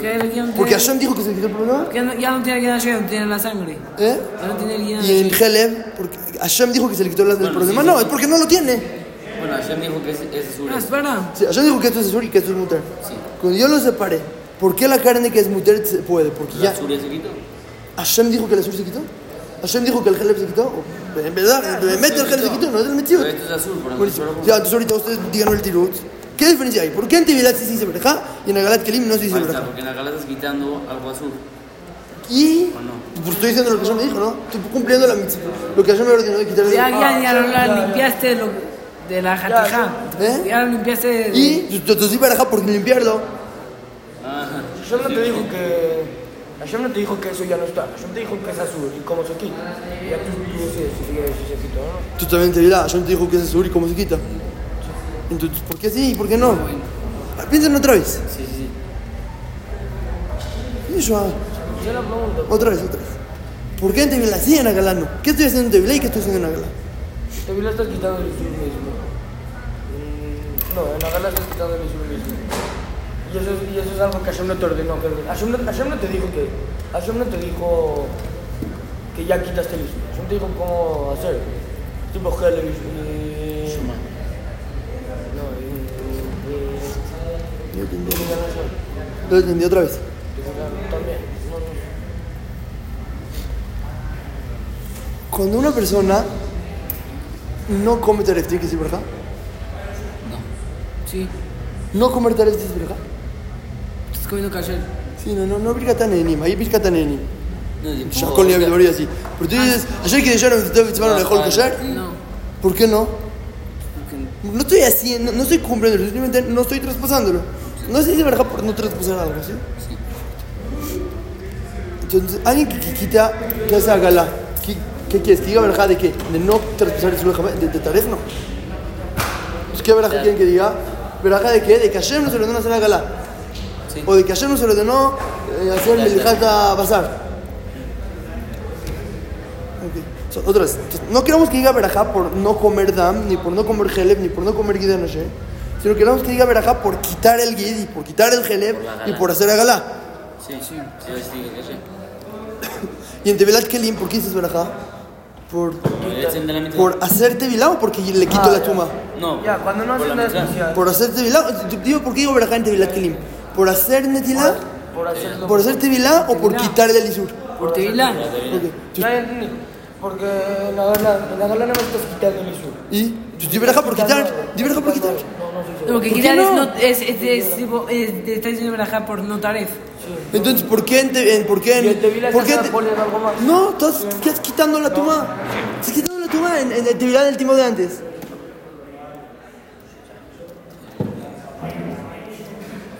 [SPEAKER 2] que el guía no
[SPEAKER 4] Porque
[SPEAKER 3] Eh.
[SPEAKER 2] tiene-
[SPEAKER 4] Hashem dijo que se quitó el problema.
[SPEAKER 2] que no- Ya no tiene guía nacional, no tiene la sangre.
[SPEAKER 4] ¿Eh?
[SPEAKER 2] Ya no tiene guía
[SPEAKER 4] Y en
[SPEAKER 2] nacional.
[SPEAKER 4] Heleb, porque Hashem dijo que se le quitó la- el
[SPEAKER 3] Bueno,
[SPEAKER 4] problema.
[SPEAKER 3] sí,
[SPEAKER 4] No,
[SPEAKER 3] sí.
[SPEAKER 4] es porque no lo tiene.
[SPEAKER 3] Bueno, Hashem dijo que ese ese sur
[SPEAKER 2] No,
[SPEAKER 3] es
[SPEAKER 2] espera.
[SPEAKER 4] Sí, yo digo que esto es sur y que esto es muter. Cuando yo lo separé, ¿por qué la carne que es muter se puede? Porque
[SPEAKER 3] La
[SPEAKER 4] ya
[SPEAKER 3] sur ya se quitó.
[SPEAKER 4] Hashem dijo que el sur se quitó. Hashem dijo que el Heleb se quitó. O, En verdad,
[SPEAKER 3] Ah,
[SPEAKER 4] me mete el Heleb se quitó, no es el metido.
[SPEAKER 3] Pero esto es azul, por
[SPEAKER 4] Bueno,
[SPEAKER 3] ejemplo.
[SPEAKER 4] Ya, entonces ahorita ustedes díganos el tirut. ¿Qué diferencia hay? ¿Por qué en Tevilat sí se dice verja y en Agalat Kelim no se dice
[SPEAKER 3] Ahí está,
[SPEAKER 4] verja?
[SPEAKER 3] porque en la gala estás quitando algo azul.
[SPEAKER 4] Y
[SPEAKER 3] ¿O no?
[SPEAKER 4] pues estoy diciendo lo que Hashem me dijo, ¿no? Estoy cumpliendo la mitzvah. Lo que Hashem me ordenó de quitar el
[SPEAKER 2] Ya, ya, ya lo la limpiaste de lo- de la jatija.
[SPEAKER 4] Ah. ¿Eh?
[SPEAKER 2] Ya lo limpiaste de.
[SPEAKER 4] Y yo- yo estoy verja por limpiarlo.
[SPEAKER 3] Ajá.
[SPEAKER 5] Hashem no te dijo que. Hashem no te dijo que eso ya no está. Hashem te dijo que es azul y cómo se quita. Y ya tú tú decides si sigue- si se quitó o no.
[SPEAKER 4] Tú también te dirás, yo no te dijo que es sur y cómo se quita. Entonces, ¿por qué sí y por qué no? Ah, Piénsenlo otra vez.
[SPEAKER 3] Sí, sí, sí.
[SPEAKER 4] Y yo, ah, otra vez, otra vez. ¿Por qué en Tevilá sí en Agalá no? ¿Qué estoy haciendo en Tevilá y qué estoy haciendo en Agalá?
[SPEAKER 5] Te vi la estás quitando el sur mismo. Mm, No, en la gala estás quitando el sur mismo. Y eso, es- y eso es algo que Hashem no te ordenó. Que, Hashem, no, Hashem no te dijo que. Hashem no te dijo que ya quitaste el sur. Hashem te dijo cómo hacer. Tipo gel y. y-
[SPEAKER 3] Shuma.
[SPEAKER 5] No, y- y. y-
[SPEAKER 4] Yo entendí.
[SPEAKER 5] y ya no sé.
[SPEAKER 4] Lo entendí otra vez.
[SPEAKER 5] Tipo, claro, También. No, no.
[SPEAKER 4] Cuando una persona no come taref, ¿tiene que decir verja?
[SPEAKER 2] Sí.
[SPEAKER 4] No comer taref, ¿tiene que decir verja?
[SPEAKER 2] Estás comiendo cachel.
[SPEAKER 4] Sí, no, no, no birkatan enim, ahí birkatan enim.
[SPEAKER 3] No, oh, de-
[SPEAKER 4] Ya con la Biblia así. Pero tú dices, ayer que dijeron que ustedes van a dejar el kasher,
[SPEAKER 2] No.
[SPEAKER 4] ¿por qué no?
[SPEAKER 2] Porque
[SPEAKER 4] No estoy haciendo, no estoy cumpliendo, simplemente no estoy traspasándolo. No se dice verja por no traspasar algo, ¿sí? Entonces, alguien que, que quita, que hace a gala, ¿qué, qué quieres? ¿Que diga verja de qué? ¿De no traspasar el suelo de, de taref? No. Pues, ¿Qué verja quieren que diga? ¿Verja de qué? De que ayer no se lo ordenó hacer a gala.
[SPEAKER 3] Sí.
[SPEAKER 4] O de que ayer no se lo ordenó eh, hacer
[SPEAKER 3] Ya, ya.
[SPEAKER 4] melijata bazar. Ok. So, otra vez, Entonces, no queremos que diga verajá por no comer dam, ni por no comer heleb, ni por no comer guidanashe, sino queremos que diga verajá por quitar el guid y por quitar el geleb
[SPEAKER 3] Por la
[SPEAKER 4] y
[SPEAKER 3] Galá.
[SPEAKER 4] por hacer agalá.
[SPEAKER 3] Sí, sí. Yo les digo que sí.
[SPEAKER 4] Y en Tevilat Kelim, ¿por qué dices verajá? Por,
[SPEAKER 3] Pero ya hacen de la mitad.
[SPEAKER 4] por hacer Tevilá o porque le quito
[SPEAKER 5] Ah,
[SPEAKER 4] la
[SPEAKER 5] ya.
[SPEAKER 4] tuma.
[SPEAKER 3] No.
[SPEAKER 5] Ya, cuando no
[SPEAKER 3] por
[SPEAKER 5] haces
[SPEAKER 3] la
[SPEAKER 5] nada
[SPEAKER 3] mitad.
[SPEAKER 5] especial.
[SPEAKER 4] Por hacer Tevilá, digo, ¿por qué digo verajá en Tevilat Kelim? ¿Por hacer Netilá?
[SPEAKER 5] Por hacerlo.
[SPEAKER 4] ¿Por hacer Tevilá o por quitar el Isur?
[SPEAKER 2] Por Tevilá.
[SPEAKER 4] Ok,
[SPEAKER 5] Ya
[SPEAKER 4] entonces,
[SPEAKER 5] entendí. Porque en la gala, en la gala no me estás quitando el sur.
[SPEAKER 4] Y, entonces, di verajá por quitar, di verajá por quitar.
[SPEAKER 5] No, no, sí, sí.
[SPEAKER 2] Lo que
[SPEAKER 4] ¿Por qué
[SPEAKER 2] quitar es,
[SPEAKER 4] no?
[SPEAKER 2] no, es, es, es- tipo, es- te está diciendo verajá por no taref.
[SPEAKER 4] Entonces, ¿por qué en, te- en- por qué en-
[SPEAKER 5] Y en Tevilá
[SPEAKER 4] por
[SPEAKER 5] estás
[SPEAKER 4] te-
[SPEAKER 5] poniendo algo más.
[SPEAKER 4] No, estás, estás quitando la tuma. Estás quitando la tuma en, en Tevilá del tiempo de antes.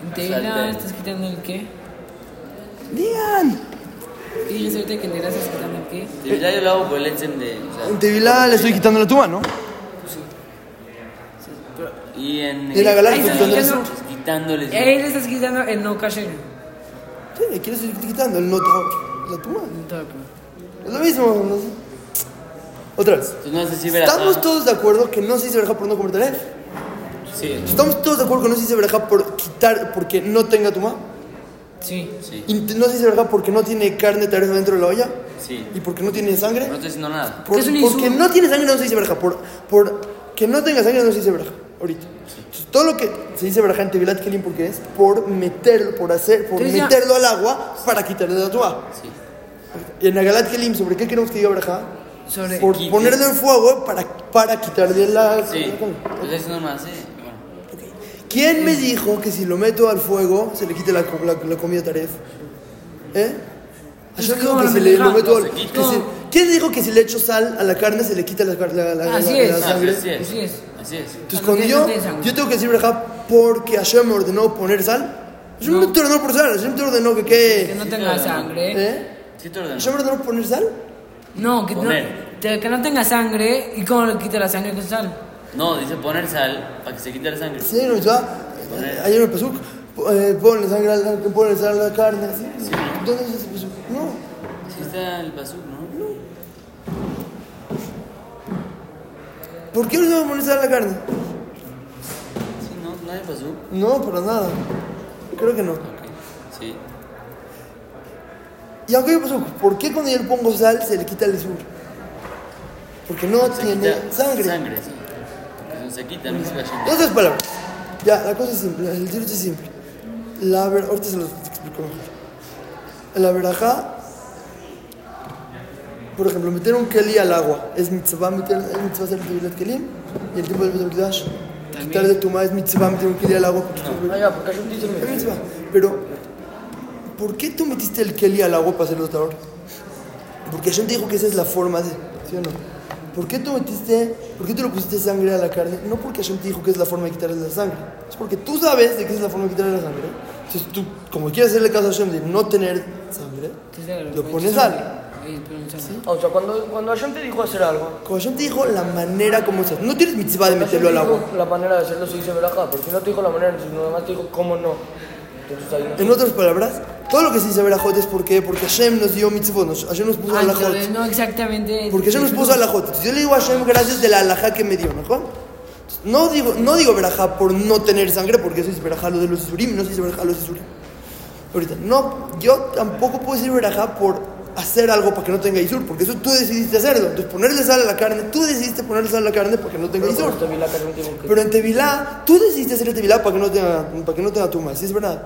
[SPEAKER 2] En Tevilá estás quitando el qué.
[SPEAKER 4] Digan.
[SPEAKER 2] Y dices ahorita que en Tevilá estás quitando el qué.
[SPEAKER 3] Sí, Ya yo lo hago por el Edson de. o sea,
[SPEAKER 4] En Tevilá le estoy quitando la tuma, ¿no?
[SPEAKER 3] y en.
[SPEAKER 4] Y en la galá le
[SPEAKER 2] Ahí
[SPEAKER 4] estoy
[SPEAKER 2] estoy
[SPEAKER 4] quitando el
[SPEAKER 2] quitando-
[SPEAKER 4] sur.
[SPEAKER 3] Quitándoles.
[SPEAKER 2] Y ahí le estás quitando el no kasher.
[SPEAKER 4] Sí, aquí le estoy quitando el no la tuma.
[SPEAKER 2] No taref.
[SPEAKER 4] Es lo mismo, no sé. Otra vez.
[SPEAKER 3] Entonces, no sé si verás. ah.
[SPEAKER 4] Estamos todos de acuerdo que no se dice verajá por no comer taref.
[SPEAKER 3] Sí.
[SPEAKER 4] Estamos todos de acuerdo que no se dice verajá por quitar, porque no tenga tuma.
[SPEAKER 2] Sí.
[SPEAKER 3] Sí.
[SPEAKER 4] Y no se dice verajá porque no tiene carne taref dentro de la olla.
[SPEAKER 3] Sí.
[SPEAKER 4] Y porque no tiene sangre.
[SPEAKER 3] No estoy diciendo nada.
[SPEAKER 4] Por-
[SPEAKER 2] ¿Qué es un
[SPEAKER 4] porque
[SPEAKER 2] isur?
[SPEAKER 4] no tiene sangre no se dice verja. Por, por que no tenga sangre no se dice verja. Ahorita. Entonces, Todo lo que se dice verja en Tevilat Kelim porque es por meterlo, por hacer, por
[SPEAKER 2] Entonces ya-
[SPEAKER 4] meterlo al agua para quitarle la tuba.
[SPEAKER 3] Sí.
[SPEAKER 4] Y en Agalat Kelim, ¿sobre qué queremos que diga verja?
[SPEAKER 2] Sobre.
[SPEAKER 4] Por
[SPEAKER 3] quite.
[SPEAKER 4] ponerlo en fuego para, para quitarle la.
[SPEAKER 3] Sí.
[SPEAKER 4] la carne.
[SPEAKER 3] Estoy diciendo nada, sí. Bueno.
[SPEAKER 4] ¿Quién me dijo que si lo meto al fuego se le quite la, co- la- la comida taref? ¿Eh?
[SPEAKER 2] Es
[SPEAKER 4] Hashem
[SPEAKER 2] que
[SPEAKER 4] dijo
[SPEAKER 2] como
[SPEAKER 4] que
[SPEAKER 2] la
[SPEAKER 4] si le, lo
[SPEAKER 2] melejá,
[SPEAKER 4] meto
[SPEAKER 2] no
[SPEAKER 4] al-
[SPEAKER 2] se quita.
[SPEAKER 4] que si- ¿Quién dijo que si le echo sal a la carne se le quita la, car- la, la- la-
[SPEAKER 2] Así
[SPEAKER 4] la
[SPEAKER 2] es.
[SPEAKER 4] sangre?
[SPEAKER 3] Así Ah, es.
[SPEAKER 2] Así es.
[SPEAKER 3] Así es.
[SPEAKER 4] Entonces
[SPEAKER 2] Cuando
[SPEAKER 4] cuando
[SPEAKER 2] ya no
[SPEAKER 4] yo,
[SPEAKER 2] tiene sangre.
[SPEAKER 4] yo tengo que decir verajá porque Hashem me ordenó poner sal. Hashem no, te ordenó por sal, Hashem te ordenó que
[SPEAKER 2] Que
[SPEAKER 4] qué.
[SPEAKER 2] no tenga sangre.
[SPEAKER 4] ¿Eh?
[SPEAKER 3] Sí te ordeno.
[SPEAKER 4] ¿Hashem me ordenó poner sal?
[SPEAKER 2] No, que no,
[SPEAKER 3] Poner.
[SPEAKER 2] te- que no tenga sangre. ¿Y cómo le quita la sangre con sal?
[SPEAKER 3] No, dice poner sal para que se quite la sangre.
[SPEAKER 4] Sí, no, ya. Ayer me pasó. Eh, ponle sangre a la, ponle sal a la carne, así. ¿Dónde es ese pasuk? No.
[SPEAKER 3] Sí está el basur, ¿no?
[SPEAKER 4] ¿Por qué ordenó poner sal a la carne?
[SPEAKER 3] Sí, no, no hay basur.
[SPEAKER 4] No, para nada. Creo que no.
[SPEAKER 3] Ok. Sí.
[SPEAKER 4] Y aunque yo pasó, ¿por qué cuando yo le pongo sal se le quita el sur? Porque no
[SPEAKER 3] Se
[SPEAKER 4] tiene
[SPEAKER 3] quita
[SPEAKER 4] sangre.
[SPEAKER 3] Sangre, sí. Porque se quita, no se va a
[SPEAKER 4] En otras palabras, ya, la cosa es simple, el tiro es simple. La ver... Ahorita se los explico mejor. La verajá, por ejemplo, meter un keli al agua es mitzvah, meter, es mitzvah hacer el tibilat kelim y el tiempo del Betamikdash. Quitar de tu es mitzvah, meter un keli al agua. porque-
[SPEAKER 5] Ah, ya, porque Hashem dice
[SPEAKER 4] Es
[SPEAKER 5] mi
[SPEAKER 4] mitzvah. Pero, ¿por qué tú metiste el keli al agua para hacerlo ahora? Porque Hashem te dijo que esa es la forma de, ¿sí o no? ¿Por qué tú metiste, por qué tú le pusiste sangre a la carne? No porque Hashem te dijo que es la forma de quitarle la sangre. Es porque tú sabes de qué es la forma de quitarle la sangre. Entonces tú, como quieres hacerle caso a Hashem de no tener sangre,
[SPEAKER 2] Entonces,
[SPEAKER 4] Lo
[SPEAKER 2] le
[SPEAKER 4] pones
[SPEAKER 2] sal. Ahí, pones sal.
[SPEAKER 5] O sea, cuando, cuando Hashem te dijo hacer algo,
[SPEAKER 4] como Hashem te dijo la manera como se hace. No tienes mitzvah de meterlo al
[SPEAKER 5] Hashem te
[SPEAKER 4] agua.
[SPEAKER 5] dijo La manera de hacerlo se dice verajá, porque no te dijo la manera, sino nada más te dijo cómo no. Entonces ahí no.
[SPEAKER 4] En otras palabras, todo lo que se dice verajot es porque, porque Hashem nos dio mitzvot, nos- Hashem nos puso
[SPEAKER 2] Ah,
[SPEAKER 4] a la
[SPEAKER 2] entonces, no exactamente.
[SPEAKER 4] Porque yo nos puso alajot. Entonces, Yo le digo a Hashem gracias de la alajá que me dio, ¿mejor? No digo, no digo verajá por no tener sangre, porque eso es verajá lo de los isurim, no se dice verajá los isurim. Ahorita, no, yo tampoco puedo decir verajá por hacer algo para que no tenga isur, porque eso tú decidiste hacerlo. Entonces, ponerle sal a la carne, tú decidiste ponerle sal a la carne para que no tenga
[SPEAKER 5] Pero
[SPEAKER 4] isur.
[SPEAKER 5] cuando te vi la Hashem te dijo que-
[SPEAKER 4] Pero en Tevilá, tú decidiste hacer el Tevilá para que no tenga, para que no tenga tumba, sí es verdad.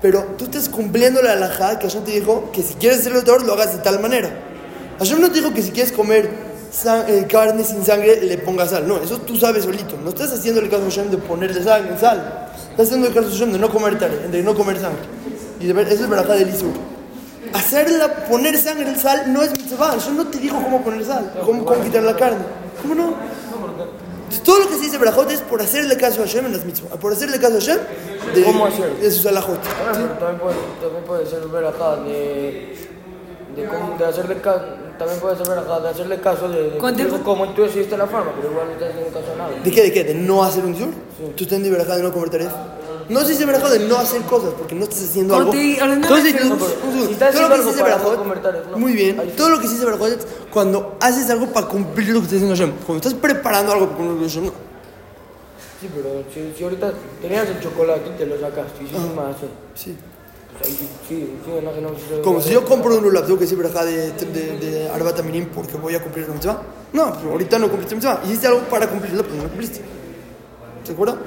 [SPEAKER 4] Pero tú estás cumpliendo la alajá que Hashem te dijo que si quieres hacerlo ahora lo hagas de tal manera. Hashem no te dijo que si quieres comer san- eh, carne sin sangre le pongas sal. No, eso tú sabes solito. No estás haciendo el caso a Hashem de ponerle sal, sal. Estás haciendo el caso a Hashem de no comer, tar- de no comer sangre. Y de ver, eso es verajá del Isur. Hacerla, poner sangre en sal no es mitzvah. Hashem no te dijo cómo poner sal, cómo, cómo quitar la carne. ¿Cómo no? Entonces, Todo lo que se dice Berajot es por hacerle caso a Hashem en las mitzvot. Por hacerle caso a Hashem de,
[SPEAKER 5] ¿Cómo hacer?
[SPEAKER 4] de sus alajot.
[SPEAKER 5] Ah, bueno, pero también puede, también puede ser verajá de, de, cómo- de hacerle caso, también puede ser verajá de hacerle caso de, de
[SPEAKER 2] ¿Cuánto-
[SPEAKER 5] de cómo tú decidiste la forma, pero igual no estás haciendo caso a nada.
[SPEAKER 4] ¿De qué? ¿De qué? ¿De no hacer un sur? ¿Tú estás en Berajot de no comer tareas? No se dice Berajot de no hacer cosas porque no estás haciendo
[SPEAKER 2] Como
[SPEAKER 4] algo.
[SPEAKER 2] te di- ahora nada
[SPEAKER 4] Entonces,
[SPEAKER 2] más que-
[SPEAKER 4] un- un-
[SPEAKER 5] Si estás
[SPEAKER 4] todo lo que
[SPEAKER 5] haciendo
[SPEAKER 4] se dice
[SPEAKER 5] algo para no
[SPEAKER 4] Berajot-
[SPEAKER 5] comer tareas, no.
[SPEAKER 4] Muy bien.
[SPEAKER 5] Ahí sí.
[SPEAKER 4] Todo lo que se dice Berajot es cuando haces algo para cumplir lo que está diciendo Hashem. Cuando estás preparando algo para cumplir lo que está diciendo Hashem. no.
[SPEAKER 5] Sí, pero si, si ahorita tenías el chocolate y te lo sacaste, y si
[SPEAKER 4] Ajá.
[SPEAKER 5] más, eh,
[SPEAKER 4] Sí.
[SPEAKER 5] pues ahí sí, sí, no, que no, sí,
[SPEAKER 4] Como
[SPEAKER 5] sí,
[SPEAKER 4] si yo compro un lulav, tengo que decir verajá de, de, de Arbat Aminim porque voy a cumplir la mitzvah. No, pero ahorita no cumpliste la mitzvah. Hiciste algo para cumplirla, pero no la cumpliste. ¿Se acuerdan?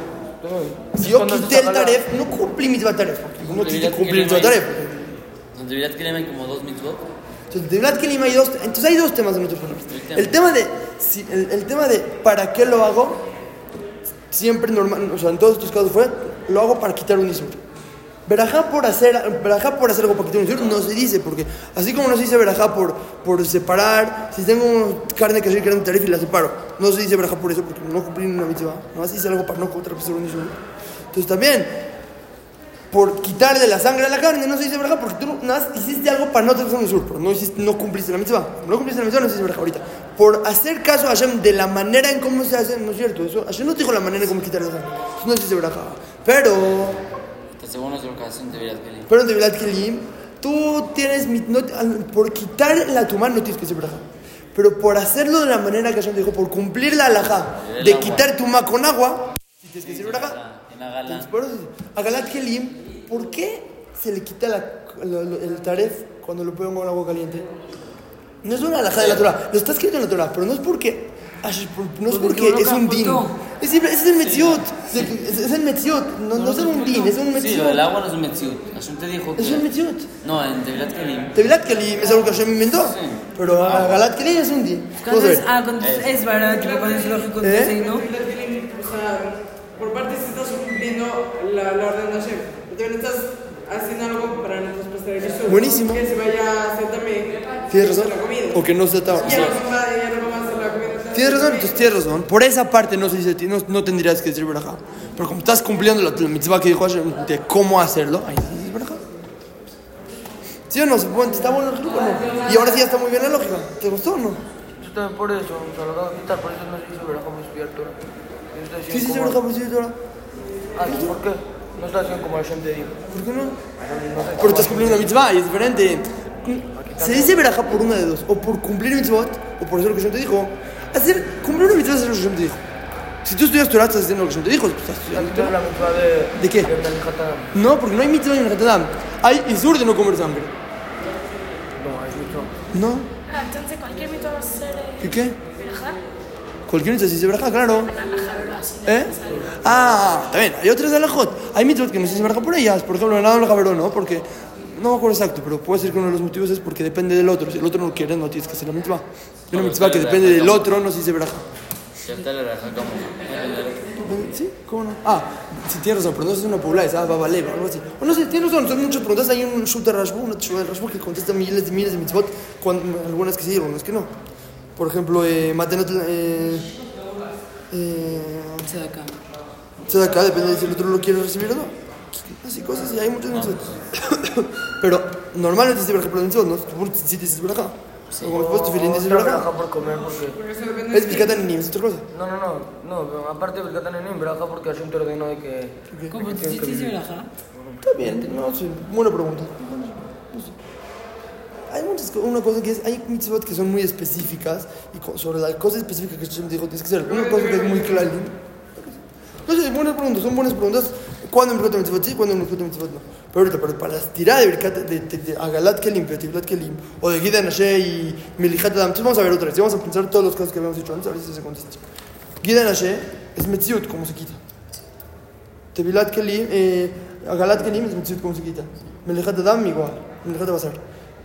[SPEAKER 5] no.
[SPEAKER 4] Si yo
[SPEAKER 5] Cuando
[SPEAKER 4] quité
[SPEAKER 5] se
[SPEAKER 4] el
[SPEAKER 5] saca la-
[SPEAKER 4] taref, no cumplí mitzvah taref. Porque no quise cumplir mitzvah taref.
[SPEAKER 3] Donde debería que le hay como dos mitzvot.
[SPEAKER 4] Entonces, de verdad que Lima hay dos. Entonces, hay dos temas en nuestros programas. El tema de. si- el, el tema de para qué lo hago, siempre normal. O sea, en todos estos casos fue. Lo hago para quitar un isur. Verajá por hacer, verajá por hacer algo para quitar un isur no se dice, porque así como no se dice verajá por, por separar, si tengo carne que hacer carne de tarif y la separo, no se dice verajá por eso, porque no cumplí una mitzvah, no se dice algo para no contrapisar un isur. Entonces también, por quitarle la sangre a la carne, no se dice verja, porque tú no- nada más hiciste algo para no tener sangre sur, pero no, hiciste, no cumpliste la mitzvah. Como No cumpliste la mitzvah, no se dice verja ahorita. Por hacer caso a Hashem de la manera en cómo se hace, no es cierto. Eso, Hashem no te dijo la manera en cómo quitar la sangre. Eso no se dice verja. Pero,
[SPEAKER 3] Hasta según nuestra ocasión debería que le
[SPEAKER 4] pero en Devilat Kelim, tú tienes, mit- no te- al- por quitar la tumán no tienes que decir verja. Pero por hacerlo de la manera que Hashem dijo, por cumplir la halajá,
[SPEAKER 3] El
[SPEAKER 4] de
[SPEAKER 3] agua.
[SPEAKER 4] quitar tumá con agua, sí tienes que decir verja.
[SPEAKER 3] En la gala.
[SPEAKER 4] Por eso, a Galat Kelim, ¿por qué se le quita la- lo- lo- el taref cuando lo ponen con agua caliente? No es una alhaja de la Torah, lo está escrito en la Torah, pero no es porque, Ash- no es, porque es un din. Es, simple- es el metziot, es, es el metziot, no, no es un din, es un
[SPEAKER 3] Sí, lo del
[SPEAKER 4] metziot.
[SPEAKER 3] agua no es un metziut. Hashem te dijo que...
[SPEAKER 4] Es un metziot.
[SPEAKER 3] No, en Tevilat Kelim.
[SPEAKER 4] Tevilat Kelim es algo que Hashem inventó,
[SPEAKER 3] Sí.
[SPEAKER 4] pero a Galat Kelim es un din. Vamos a
[SPEAKER 2] Entonces,
[SPEAKER 4] ver.
[SPEAKER 2] ah, entonces es verdad, tipo, cuando es lógico,
[SPEAKER 4] ¿Eh?
[SPEAKER 2] entonces, ¿no?
[SPEAKER 6] O sea, por parte si estás cumpliendo la, la orden de Hashem, pero también estás haciendo algo para nuestros posteriores.
[SPEAKER 4] Buenísimo.
[SPEAKER 6] Que se vaya a hacer también.
[SPEAKER 4] Tienes razón,
[SPEAKER 6] La comida.
[SPEAKER 4] o que no se ataba.
[SPEAKER 6] Ya no vamos a- ya no vamos a hacer la comida. entonces,
[SPEAKER 4] Tienes razón,
[SPEAKER 6] también.
[SPEAKER 4] entonces tienes razón. Por esa parte no, se dice, no, no tendrías que decir verajá. Pero como estás cumpliendo la, la mitzvah que dijo Hashem de cómo hacerlo, ahí sí dices verajá. ¿Sí o no? ¿Se puede- ¿Está bueno el truco o no? Y ahora sí ya está muy bien la lógica. ¿Te gustó o no?
[SPEAKER 5] Yo también por eso, o sea, lo acabo de quitar, por eso no se hizo verajá muy cierto.
[SPEAKER 4] ¿Qué es ese verajá por cierto Pues ahora?
[SPEAKER 5] Ah, ¿sí? ¿por qué? No está haciendo como la gente dijo.
[SPEAKER 4] ¿Por qué no?
[SPEAKER 5] No sé,
[SPEAKER 4] Pero estás cumpliendo una mitzvah y es diferente. Se dice verajá por una de dos. O por cumplir mitzvot, o por hacer lo que Hashem te dijo. Hacer, cumplir una mitzvah es hacer lo que Hashem te dijo. Si tú estudias Torah, estás haciendo lo que Hashem te dijo. Estás
[SPEAKER 5] la
[SPEAKER 4] estudiando
[SPEAKER 5] mitad
[SPEAKER 4] Torah.
[SPEAKER 5] de la mitad de...
[SPEAKER 4] ¿De qué?
[SPEAKER 5] De Manhattan.
[SPEAKER 4] No, porque no hay mitzvah en Hatadam. Hay isur de no comer sangre.
[SPEAKER 5] No, es mucho.
[SPEAKER 4] No,
[SPEAKER 7] Ah, entonces cualquier mito va a ser
[SPEAKER 4] ¿qué
[SPEAKER 7] eh,
[SPEAKER 4] qué?
[SPEAKER 7] verajá,
[SPEAKER 4] Cualquier mitzvah se dice braja, claro.
[SPEAKER 7] naranja, algo así. ¿no?
[SPEAKER 4] ¿Eh? Ah, también, hay otras alajot. Hay mitzvot que no se dice braja por ellas. Por ejemplo, en Adam Javerón, ¿no? Porque, no me acuerdo exacto, pero puede ser que uno de los motivos es porque depende del otro. Si el otro no quiere, no tienes que hacer la mitzvah. Una
[SPEAKER 3] Bueno,
[SPEAKER 4] mitzvah que
[SPEAKER 3] pero-
[SPEAKER 4] depende del otro no se dice braja.
[SPEAKER 3] Ya está la raja como...
[SPEAKER 4] ¿Sí? ¿Cómo no? Ah, si tienes razón, pero no es una pula, es ah, babaleva, algo así. O no sé, tienes razón, son muchas preguntas. Hay un shooter Rashbu, una teshuva de Rashbu que contesta miles y miles de mitzvot, cuan- algunas que sí, algunas que no. Por ejemplo, eh, Matenot. Eh, eh,
[SPEAKER 2] Se da acá.
[SPEAKER 4] Se da acá, depende de si el otro lo quiere recibir o no. Pues, Así cosas, y hay muchas mitzvot. Pero normalmente se dice por mitzvot, ¿no? Tú sí dices braja. O Como después tu filín dices
[SPEAKER 5] No, verajá
[SPEAKER 4] braja.
[SPEAKER 5] por comer, porque...
[SPEAKER 4] Es picata ni es otra cosa.
[SPEAKER 5] No, no, no, no, pero aparte del catanenín, verajá porque Hashem te ordenó de que...
[SPEAKER 2] ¿Cómo te dices verajá?
[SPEAKER 4] Está bien, no sé. Buena pregunta. No sé. Hay muchas co- una cosa que es, hay mitzvot que son muy específicas y co- sobre la cosa específica que Hashem dijo tienes que ser. Una cosa que es muy clara. No sé, buenas preguntas, son buenas preguntas. ¿Cuándo me explota mitzvot sí? ¿Cuándo me explota mitzvot no? Pero ahorita, pero para las tiradas de, Birkat- de, de, de Agalat Kelim, Petiblat Kelim, o de Gideon Ashe y Milijat Adam, entonces vamos a ver otra vez, y vamos a pensar todos los casos que habíamos dicho antes, a ver si se contesta. Gideon Ashe es Metziut, como se quita. Tevilat Kelim, eh, Agalat Kelim es Metziut, como se quita. Milijat Adam, igual. Milijat Basar.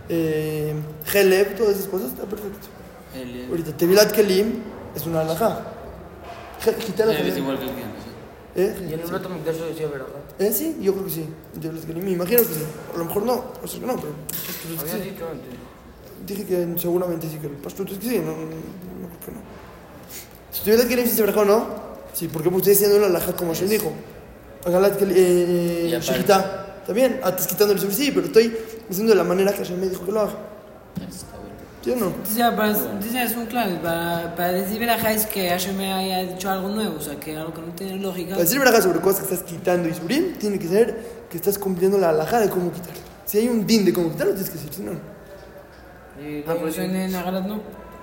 [SPEAKER 4] Eh, Heleb, todas esas cosas, está perfecto. Ahorita, Tevilat Kelim es una alajá. Je- Quita la
[SPEAKER 3] Es
[SPEAKER 4] Heleb.
[SPEAKER 3] igual que el tiempo, sí.
[SPEAKER 4] ¿Eh?
[SPEAKER 5] Y en el Beto Mikdash decía verajá.
[SPEAKER 4] Eh, sí, yo creo que sí. Yo les- Me imagino que sí. A lo mejor no, o sea que no, pero. pues,
[SPEAKER 5] Habías
[SPEAKER 4] sí.
[SPEAKER 5] dicho antes.
[SPEAKER 4] Dije que seguramente sí que el pastor es que sí, no, no, no creo que no. Si tuviera que ir si se verjó, ¿no? Sí, porque ustedes haciendo la laja como yo dijo. Agalat que eh,
[SPEAKER 3] Y
[SPEAKER 4] eh,
[SPEAKER 3] aparte-
[SPEAKER 4] Shekita. Está bien, ah, estás quitando el sur, sí, pero estoy haciendo de la manera que yo me dijo que lo haga. ¿Sí o no?
[SPEAKER 2] Entonces, ah, para- entonces es un clave. Para, para decir verajá es que Hashem me haya dicho algo nuevo, o sea, que algo que no tiene lógica.
[SPEAKER 4] Para decir verajá sobre cosas que estás quitando y subir, tiene que ser que estás cumpliendo la laja de cómo quitarlo. Si hay un din de cómo quitarlo, tienes que decir, si no, no.
[SPEAKER 5] Y
[SPEAKER 2] Ah, pero eso en, en Agalat no.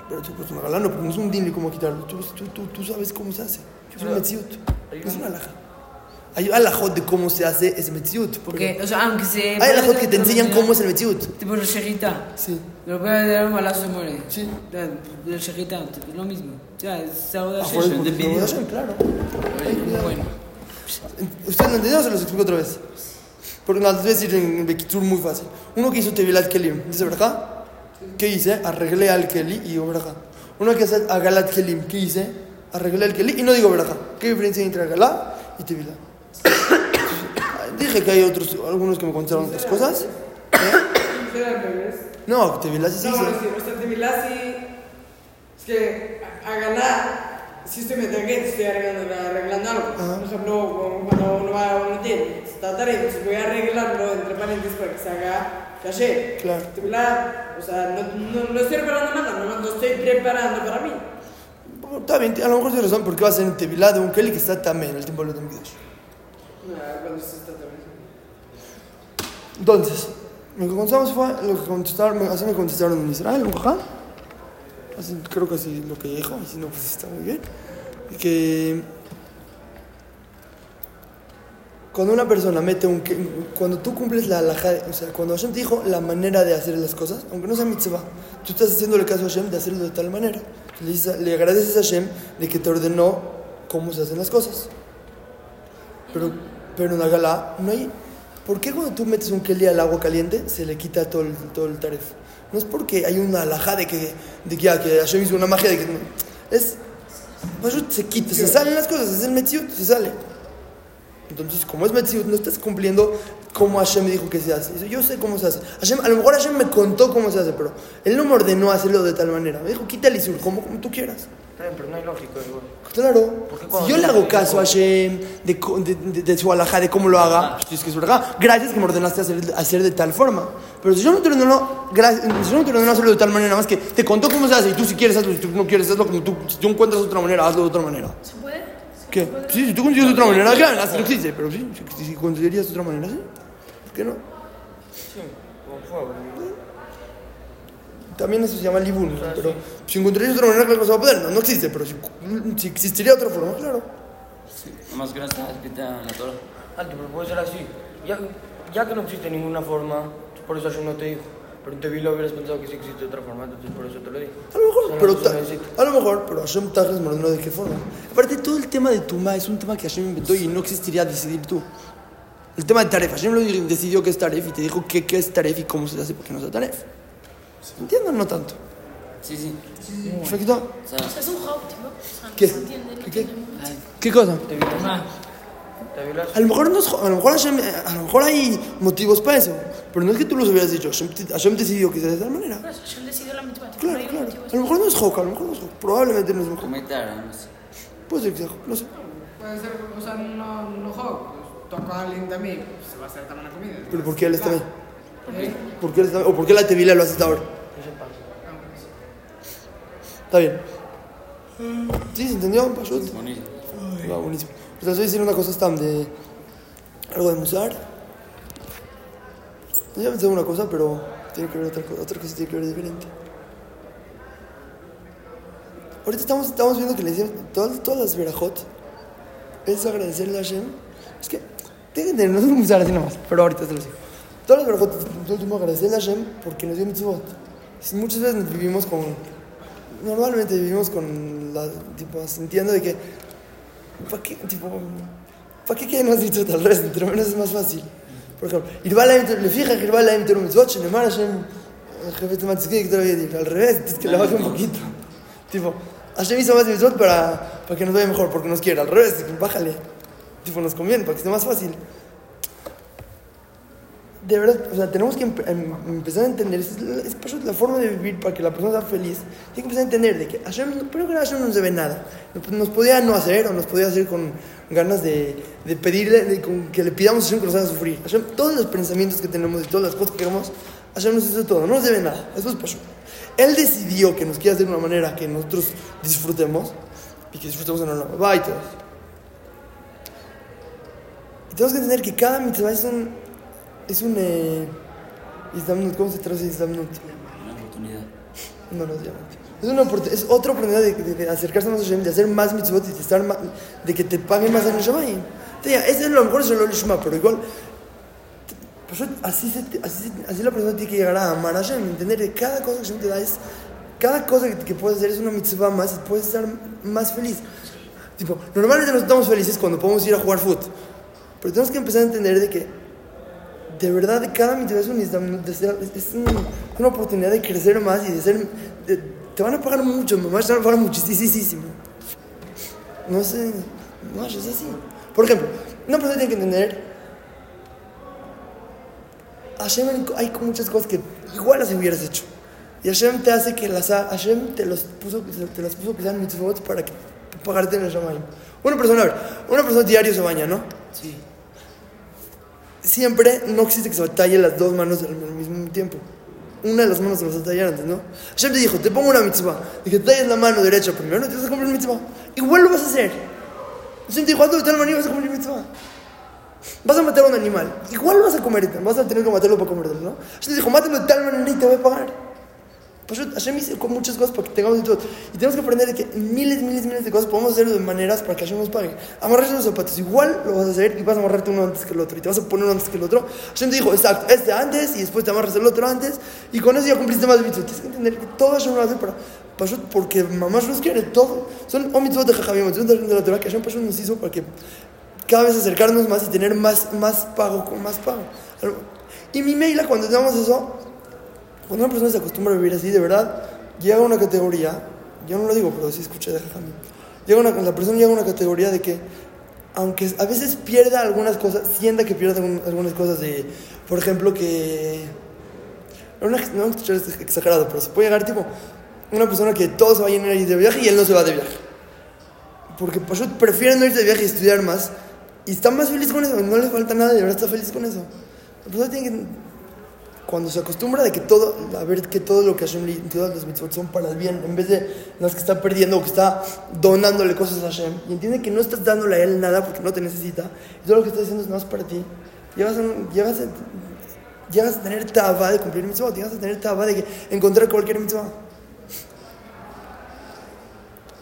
[SPEAKER 4] Pero tú, pues, Magalano, porque no es un din de cómo quitarlo. Tú, tú, tú, tú sabes cómo se hace. Es una metziut. No es una alhaja. Hay alajot de cómo se hace ese metziut.
[SPEAKER 2] Porque, o sea, aunque se.
[SPEAKER 4] Hay alajot que te enseñan cómo es el metziut.
[SPEAKER 2] Tipo el shejita.
[SPEAKER 4] Sí.
[SPEAKER 2] Lo puede dar un balazo y muere.
[SPEAKER 4] Sí.
[SPEAKER 2] El shejita, es lo mismo. O sea, es algo de
[SPEAKER 4] Ah,
[SPEAKER 2] Sheji.
[SPEAKER 4] por eso,
[SPEAKER 3] de
[SPEAKER 4] por
[SPEAKER 3] vídeo.
[SPEAKER 4] eso, claro.
[SPEAKER 3] Bueno,
[SPEAKER 4] ¿Ustedes no entendieron? Se los explico otra vez. Porque no, les voy a decir en Bekitur muy fácil. Uno que hizo Tevilat Kelim, dice Braja. ¿Qué hice? Arreglé al Keli y digo Braja. Uno que hace Agalat Kelim, ¿qué hice? Arreglé al Keli y no digo Braja. ¿Qué diferencia hay entre Agalá y Tevilat? Dije que hay otros, algunos que me contaron otras cosas. ¿Eh?
[SPEAKER 6] Era al revés.
[SPEAKER 4] No, Tevilat sí se
[SPEAKER 6] No,
[SPEAKER 4] dice.
[SPEAKER 6] bueno, sí, o sea, te milás y... Es que a, a ganar, si estoy metiendo aquí, estoy arreglando, arreglando algo.
[SPEAKER 4] Ajá.
[SPEAKER 6] Por ejemplo, como cuando uno va a uno tiene, se está tarea, entonces voy a arreglarlo entre paréntesis para que se haga caché.
[SPEAKER 4] Claro.
[SPEAKER 6] Te milás, o sea, no, no, no estoy preparando nada, no, no estoy preparando para mí.
[SPEAKER 4] Bueno, Está bien, a lo mejor tienes razón porque va a ser en Tevilat de un Keli que está también en el tiempo de los Midrash.
[SPEAKER 6] No, cuando se está tarea.
[SPEAKER 4] Entonces, lo que contestamos fue lo que contestaron, así me contestaron en Israel, en Oaxaca. Así, creo que así lo que dijo, y si no, pues está muy bien. Y que cuando una persona mete un. que- Cuando tú cumples la halajá, o sea, cuando Hashem te dijo la manera de hacer las cosas, aunque no sea mitzvah, tú estás haciéndole caso a Hashem de hacerlo de tal manera. Le, dices a- le agradeces a Hashem de que te ordenó cómo se hacen las cosas. Pero, pero en la gala no hay. ¿Por qué cuando tú metes un keli al agua caliente se le quita todo el, todo el taref? No es porque hay una alhaja de que, de que, ah, que Hashem hizo una magia de que. no. Es. Pashut se quita, se salen las cosas, es el metziut, se sale. Entonces, como es metziut, no estás cumpliendo como Hashem me dijo que se hace. Dice, Yo sé cómo se hace. Hashem, a lo mejor Hashem me contó cómo se hace, pero él no me ordenó hacerlo de tal manera. Me dijo, quítale sur, como, como tú quieras.
[SPEAKER 5] Pero no hay lógico, igual.
[SPEAKER 4] Claro.
[SPEAKER 5] Porque
[SPEAKER 4] Si
[SPEAKER 5] cuando
[SPEAKER 4] yo
[SPEAKER 5] tú
[SPEAKER 4] le hago
[SPEAKER 5] te-
[SPEAKER 4] caso a Hashem de, co- de, de- de su alhaja, de cómo lo haga, pues, es que es verdad. Gracias que me ordenaste hacer, hacer de tal forma. Pero si yo no te ordeno, gracias, si yo no te ordeno hacerlo de tal manera, nada más que te contó cómo se hace y tú si quieres hazlo, si tú no quieres hazlo como tú, si tú encuentras otra manera, hazlo de otra manera.
[SPEAKER 7] ¿Se puede?
[SPEAKER 4] ¿Qué? Sí, si tú consideras otra manera, claro, así no existe, pero sí, si, si considerarías otra manera, sí. ¿Por qué no?
[SPEAKER 5] Sí, por favor.
[SPEAKER 4] También eso se llama libun, pero si encontrarías otra manera, claro que se va a poder, no, no existe, pero si, si existiría otra forma, claro.
[SPEAKER 3] nomás que no está escrita en la Torah.
[SPEAKER 5] Alto, pero puede ser así. Ya, ya que no existe ninguna forma, por eso yo no te dijo. Pero te vi lo hubieras pensado que sí existe otra forma, entonces por eso te lo digo.
[SPEAKER 4] A lo mejor,
[SPEAKER 5] Son
[SPEAKER 4] pero,
[SPEAKER 5] las cosas
[SPEAKER 4] ta-
[SPEAKER 5] que necesito.
[SPEAKER 4] a lo mejor, pero Hashem Tachlis me ordenó de qué forma. Aparte, todo el tema de Tumá es un tema que Hashem inventó y no existiría decidir tú. El tema de Taref, Hashem lo di- decidió que es Taref y te dijo qué qué es Taref y cómo se hace porque no es Taref. ¿Entiendan? No tanto.
[SPEAKER 3] Sí, sí.
[SPEAKER 4] Perfecto.
[SPEAKER 3] O sea,
[SPEAKER 7] O sea, es un hobby, ¿no? O sea, no
[SPEAKER 4] ¿Qué?
[SPEAKER 7] se entiende, no
[SPEAKER 4] ¿Qué?
[SPEAKER 7] tiene mucho.
[SPEAKER 4] ¿Qué cosa?
[SPEAKER 5] Te vi lo-
[SPEAKER 2] Ah,
[SPEAKER 5] te vi lo-
[SPEAKER 4] A lo mejor, no es jo- a lo mejor, Hashem- eh, a lo mejor hay motivos para eso, pero no es que tú los hubieras dicho. Hashem, te- Hashem decidió que se hace de tal manera.
[SPEAKER 7] Por eso, yo decido la mitad. pero
[SPEAKER 4] Claro,
[SPEAKER 7] hay un
[SPEAKER 4] claro.
[SPEAKER 7] motivo
[SPEAKER 4] A lo mejor no es Joca, a lo mejor no es Joca. Probablemente no es Joca.
[SPEAKER 3] comentar, no sé.
[SPEAKER 4] Puede ser que sea Joca, no sé.
[SPEAKER 6] Puede ser, o sea, no, no juego. Pues, toco a alguien también, pues, se va a hacer tan buena comida. Ah,
[SPEAKER 4] Pero ¿por qué él está ahí?
[SPEAKER 6] ¿Eh?
[SPEAKER 4] ¿Por qué él está- ¿O por qué la tevila lo hace hasta ahora? Está bien. ¿Sí? ¿Se entendió? Pashut.
[SPEAKER 3] Buenísimo.
[SPEAKER 4] Va, buenísimo. Pues les voy a decir una cosa Stam, de. Algo de Musar. Ya pensé una cosa, pero tiene que ver otra cosa. Otra cosa tiene que ver diferente. Ahorita estamos, estamos viendo que le decían todas, todas las verajot. Es agradecerle a Hashem. Es que. Tienen que tener, no es un Musar así nomás, pero ahorita se los digo. Todas las verajot, todo el tiempo agradecerle a Hashem porque nos dio mitzvot. Es- Muchas veces nos vivimos con. Normalmente vivimos con la. Tipo, sintiendo de que. ¿Para qué, tipo, ¿para qué que no has dicho tal resto? Entre menos es más fácil. Por ejemplo, Irba la Emter, le fija que Irba la Emter un mitzvot, Shenemar Hashem, el jefe de Matzki, que te lo había dicho. Al revés, es que la baje un poquito. Tipo, Hashem hizo más mitzvot para, para que nos vaya mejor, porque nos quiere. Al revés, bájale. Tipo, nos conviene, para que esté más fácil. De verdad, o sea, tenemos que empe- em- empezar a entender, es, la- es por eso la forma de vivir para que la persona sea feliz. Tiene que empezar a entender de que Hashem, no- primero que nada, Hashem no se ve nada. Nos- Nos podía no hacer o nos podía hacer con ganas de, de pedirle, de, con que le pidamos a Hashem que nos haga sufrir. Hashem, todos los pensamientos que tenemos y todas las cosas que queremos, Hashem nos hizo todo, no nos debe nada. Eso es Pashut. Él decidió que nos quiera hacer de una manera que nosotros disfrutemos y que disfrutemos en la Va y todo. Y tenemos que entender que cada mitzvah es un. Es un. Eh, Islamnut. ¿Cómo se traduce Islamnut?
[SPEAKER 3] Una oportunidad.
[SPEAKER 4] No, no es diamante. Es, una oportu- es otra oportunidad de, de- de acercarse más a Hashem, de hacer más mitzvot y de, estar ma- de que te paguen más en el Shabbat. Te diga, este es lo mejor, es el Oleh Shema, pero igual pues, así, se te- así, se- así la persona tiene que llegar a amar a Hashem, entender que cada cosa que Hashem te da es, cada cosa que, que puedes hacer es una mitzvah más y puedes estar más feliz. Tipo, normalmente nos estamos felices cuando podemos ir a jugar fútbol, pero tenemos que empezar a entender de que de verdad cada mitzvah es, un islam- de ser- es un- es una oportunidad de crecer más y de ser, de- te van a pagar mucho, mamá, te van a pagar muchísimo. No sé, no, es así. Por ejemplo, una persona tiene que entender Hashem hay- hay muchas cosas que igual las hubieras hecho. Y Hashem te hace que las ha- Hashem te los puso, te las puso que sean mitzvot para que, pagarte en el Shamayim. Una persona, a ver, una persona diario se baña, ¿no? Sí. Siempre no existe que se batalle las dos manos al al mismo tiempo. Una de las manos se las batallar antes, ¿no? Hashem te dijo, te pongo una mitzvah. Y que talles la mano derecha primero, te vas a cumplir mitzvah. Igual lo vas a hacer. Hashem te dijo, hazlo de tal manera y vas a cumplir mitzvah. Vas a matar a un animal. Igual lo vas a comer, vas a tener que matarlo para comerlo, ¿no? Hashem dijo, mátalo de tal manera y te voy a pagar. Pues Hashem hizo con muchas cosas para que tengamos todo. Y tenemos que aprender de que miles, miles, miles de cosas podemos hacerlo de maneras para que Hashem nos pague. Amarrarse los zapatos, igual lo vas a hacer y vas a amarrarte uno antes que el otro. Y te vas a poner uno antes que el otro. Hashem te dijo, exacto, este antes y después te amarras el otro antes. Y con eso ya cumpliste más mitzvot. Tienes que entender que todo Hashem lo hace para, Pashut, porque mamá nos quiere todo. Son o mitzvot de Jajamim, mitzvot de la Torah que Hashem Pashut nos hizo para que cada vez acercarnos más y tener más, más pago con más pago. Y mi maila, cuando tenemos eso, cuando una persona se acostumbra a vivir así, de verdad, llega a una categoría, yo no lo digo, pero sí escuché de Jajamín, llega una, la persona llega a una categoría de que, aunque a veces pierda algunas cosas, sienta que pierda algún- algunas cosas de, por ejemplo, que... No, una- no es este exagerado, pero se puede llegar tipo una persona que todos se vayan a ir de viaje y él no se va de viaje. Porque Pashut prefiere no irse de viaje y estudiar más. Y está más feliz con eso. No le falta nada y de verdad está feliz con eso. La persona tiene que... Cuando se acostumbra de que todo... A ver que todo lo que Hashem le... Todas las mitzvot son para el bien. En vez de las que está perdiendo o que está donándole cosas a Hashem. Y entiende que no estás dándole a él nada porque no te necesita. Y todo lo que estás haciendo es nada más para ti. Llevas un- llevas a- llegas a tener taba de cumplir mitzvot. Llegas a tener taba de que- encontrar cualquier mitzvah.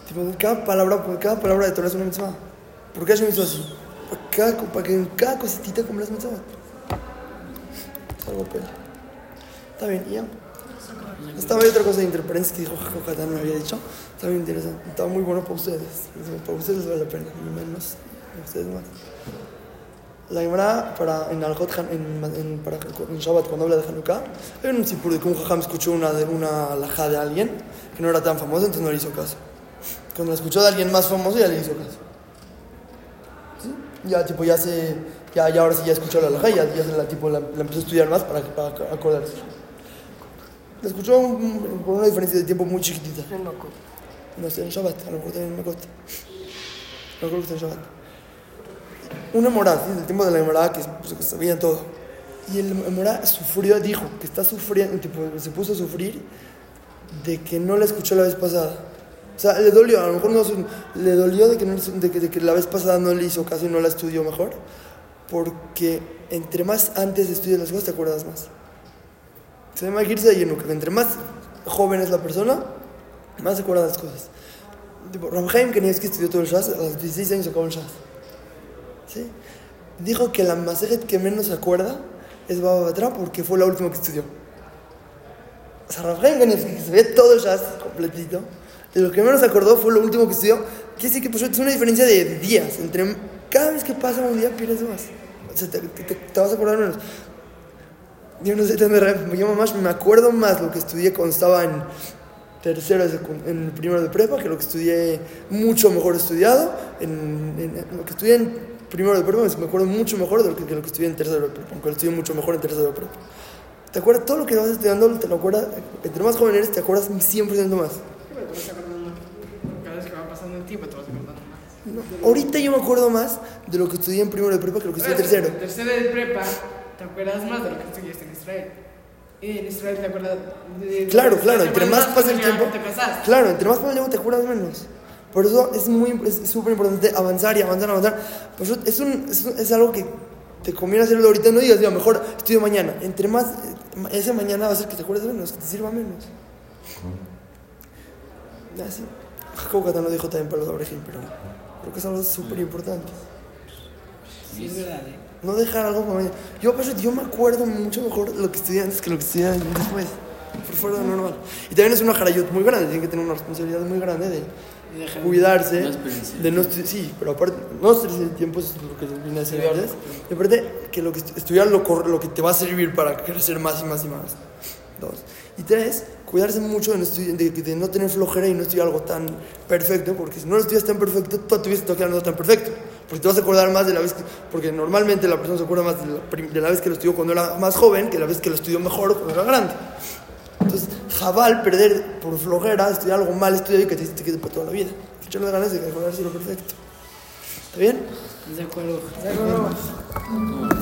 [SPEAKER 4] Tipo, cada palabra, por cada palabra de Torah es una mitzvah. ¿Por qué Hashem hizo así? Para, cada, co- para que en cada cositita cumplas mitzvah. Salvo pelo. Está bien, y ya. Estaba ahí otra cosa de interferencia que dijo Jacob Catán, me había dicho. Está bien interesante. Estaba muy bueno para ustedes. Para ustedes les vale la pena, menos. Para ustedes más. La Gemara para en Alhot, en, en, para, en Shabbat, cuando habla de Hanukkah, hay un sipur de que un jajam escuchó una, de, una alajá de alguien que no era tan famoso, entonces no le hizo caso. Cuando la escuchó de alguien más famoso, ya le hizo caso. ¿Sí? Ya, tipo, ya se. Ya, ya ahora sí ya escuchó la alajá y ya, ya se la, tipo, la, la empezó a estudiar más para, para ac- acordarse. La escuchó un- por una diferencia de tiempo muy chiquitita. No sé, en Shabbat, a lo mejor también en Makot. No creo que esté en Shabbat una morada, ¿sí? del tiempo de la morada que, pues, que sabían todo. Y el morada sufrió, dijo que está sufriendo, tipo, se puso a sufrir de que no la escuchó la vez pasada. O sea, le dolió, a lo mejor no, su- le dolió de que, no le- de que- de que la vez pasada no le hizo caso y no la estudió mejor, porque entre más antes estudias las cosas te acuerdas más. Se llama Girsa de Yenuka, que entre más joven es la persona, más se acuerda de las cosas. Tipo, Ramheim Kanievski estudió todo el Shaz, a los 16 años acabó el Shaz. ¿sí? Dijo que la Masejet que menos se acuerda es Baba Batra porque fue la última que estudió. O sea, Rav Chaim Kanievski, que se ve todo el jazz completito, de lo que menos se acordó fue lo último que estudió. Quiere decir que pues, es una diferencia de días. Entre, cada vez que pasa un día pierdes más. O sea, te, te- te- te vas a acordar menos. Yo no sé tan de rap, yo mamás me acuerdo más lo que estudié cuando estaba en tercero, de secu- en primero de prepa, que lo que estudié mucho mejor estudiado, en, en- en lo que estudié en primero de prepa me- me acuerdo mucho mejor de lo que, que lo que estudié en tercero de prepa, aunque lo estudié mucho mejor en tercero de prepa. ¿Te acuerdas? Todo lo que vas estudiando, te lo acuerdas, entre más joven eres, te acuerdas 100% más.
[SPEAKER 6] Pero te vas acordando. Cada vez que va pasando el tiempo te vas acordando más.
[SPEAKER 4] No, Ahorita yo me acuerdo más de lo que estudié en primero de prepa que lo que estudié en tercero.
[SPEAKER 6] Tercero de prepa, te acuerdas más de lo que estudiaste en Israel. Y en Israel te acuerdas. de- de-
[SPEAKER 4] Claro, claro,
[SPEAKER 6] te acuerdas
[SPEAKER 4] entre más pasa el
[SPEAKER 6] de
[SPEAKER 4] tiempo.
[SPEAKER 6] Te casaste.
[SPEAKER 4] Claro, entre más pasa el tiempo te acuerdas menos. Por eso es muy imp- es súper importante avanzar y avanzar, avanzar. Por eso es, un, es, un- es algo que te conviene hacerlo ahorita, no digas, digo, mejor estudio mañana. Entre más, eh, ma- ese mañana va a ser que te acuerdes menos, que te sirva menos. Ya, sí. Jacobo Catán lo dijo también para los abrejín, pero creo que es algo súper importante.
[SPEAKER 2] Sí, es verdad, ¿eh?
[SPEAKER 4] No dejar algo para mañana. Yo, pues, yo me acuerdo mucho mejor lo que estudié antes que lo que estudié después. Por fuera de lo normal. Y también es una jarayut muy grande. Tienen que tener una responsabilidad muy grande de cuidarse.
[SPEAKER 3] No desperdiciar.
[SPEAKER 4] de no estu- sí, pero aparte, no desperdiciar el tiempo eso es lo que viene a decir antes. Y aparte, que lo que estu- estudiar lo, cor- lo que te va a servir para crecer más y más y más. Dos. Y tres, cuidarse mucho de no, estudi- de, de no tener flojera y no estudiar algo tan perfecto, porque si no lo estudias tan perfecto, toda tu vida te va a quedar no tan perfecto. Porque te vas a acordar más de la vez que. Porque normalmente la persona se acuerda más de la, prim- de la vez que lo estudió cuando era más joven que la vez que lo estudió mejor cuando era grande. Entonces, jabal perder por flojera, estudiar algo mal estudiado y que te, te quede para toda la vida. Echarle ganas de acordarse de lo perfecto. ¿Está bien?
[SPEAKER 2] De acuerdo.
[SPEAKER 3] No,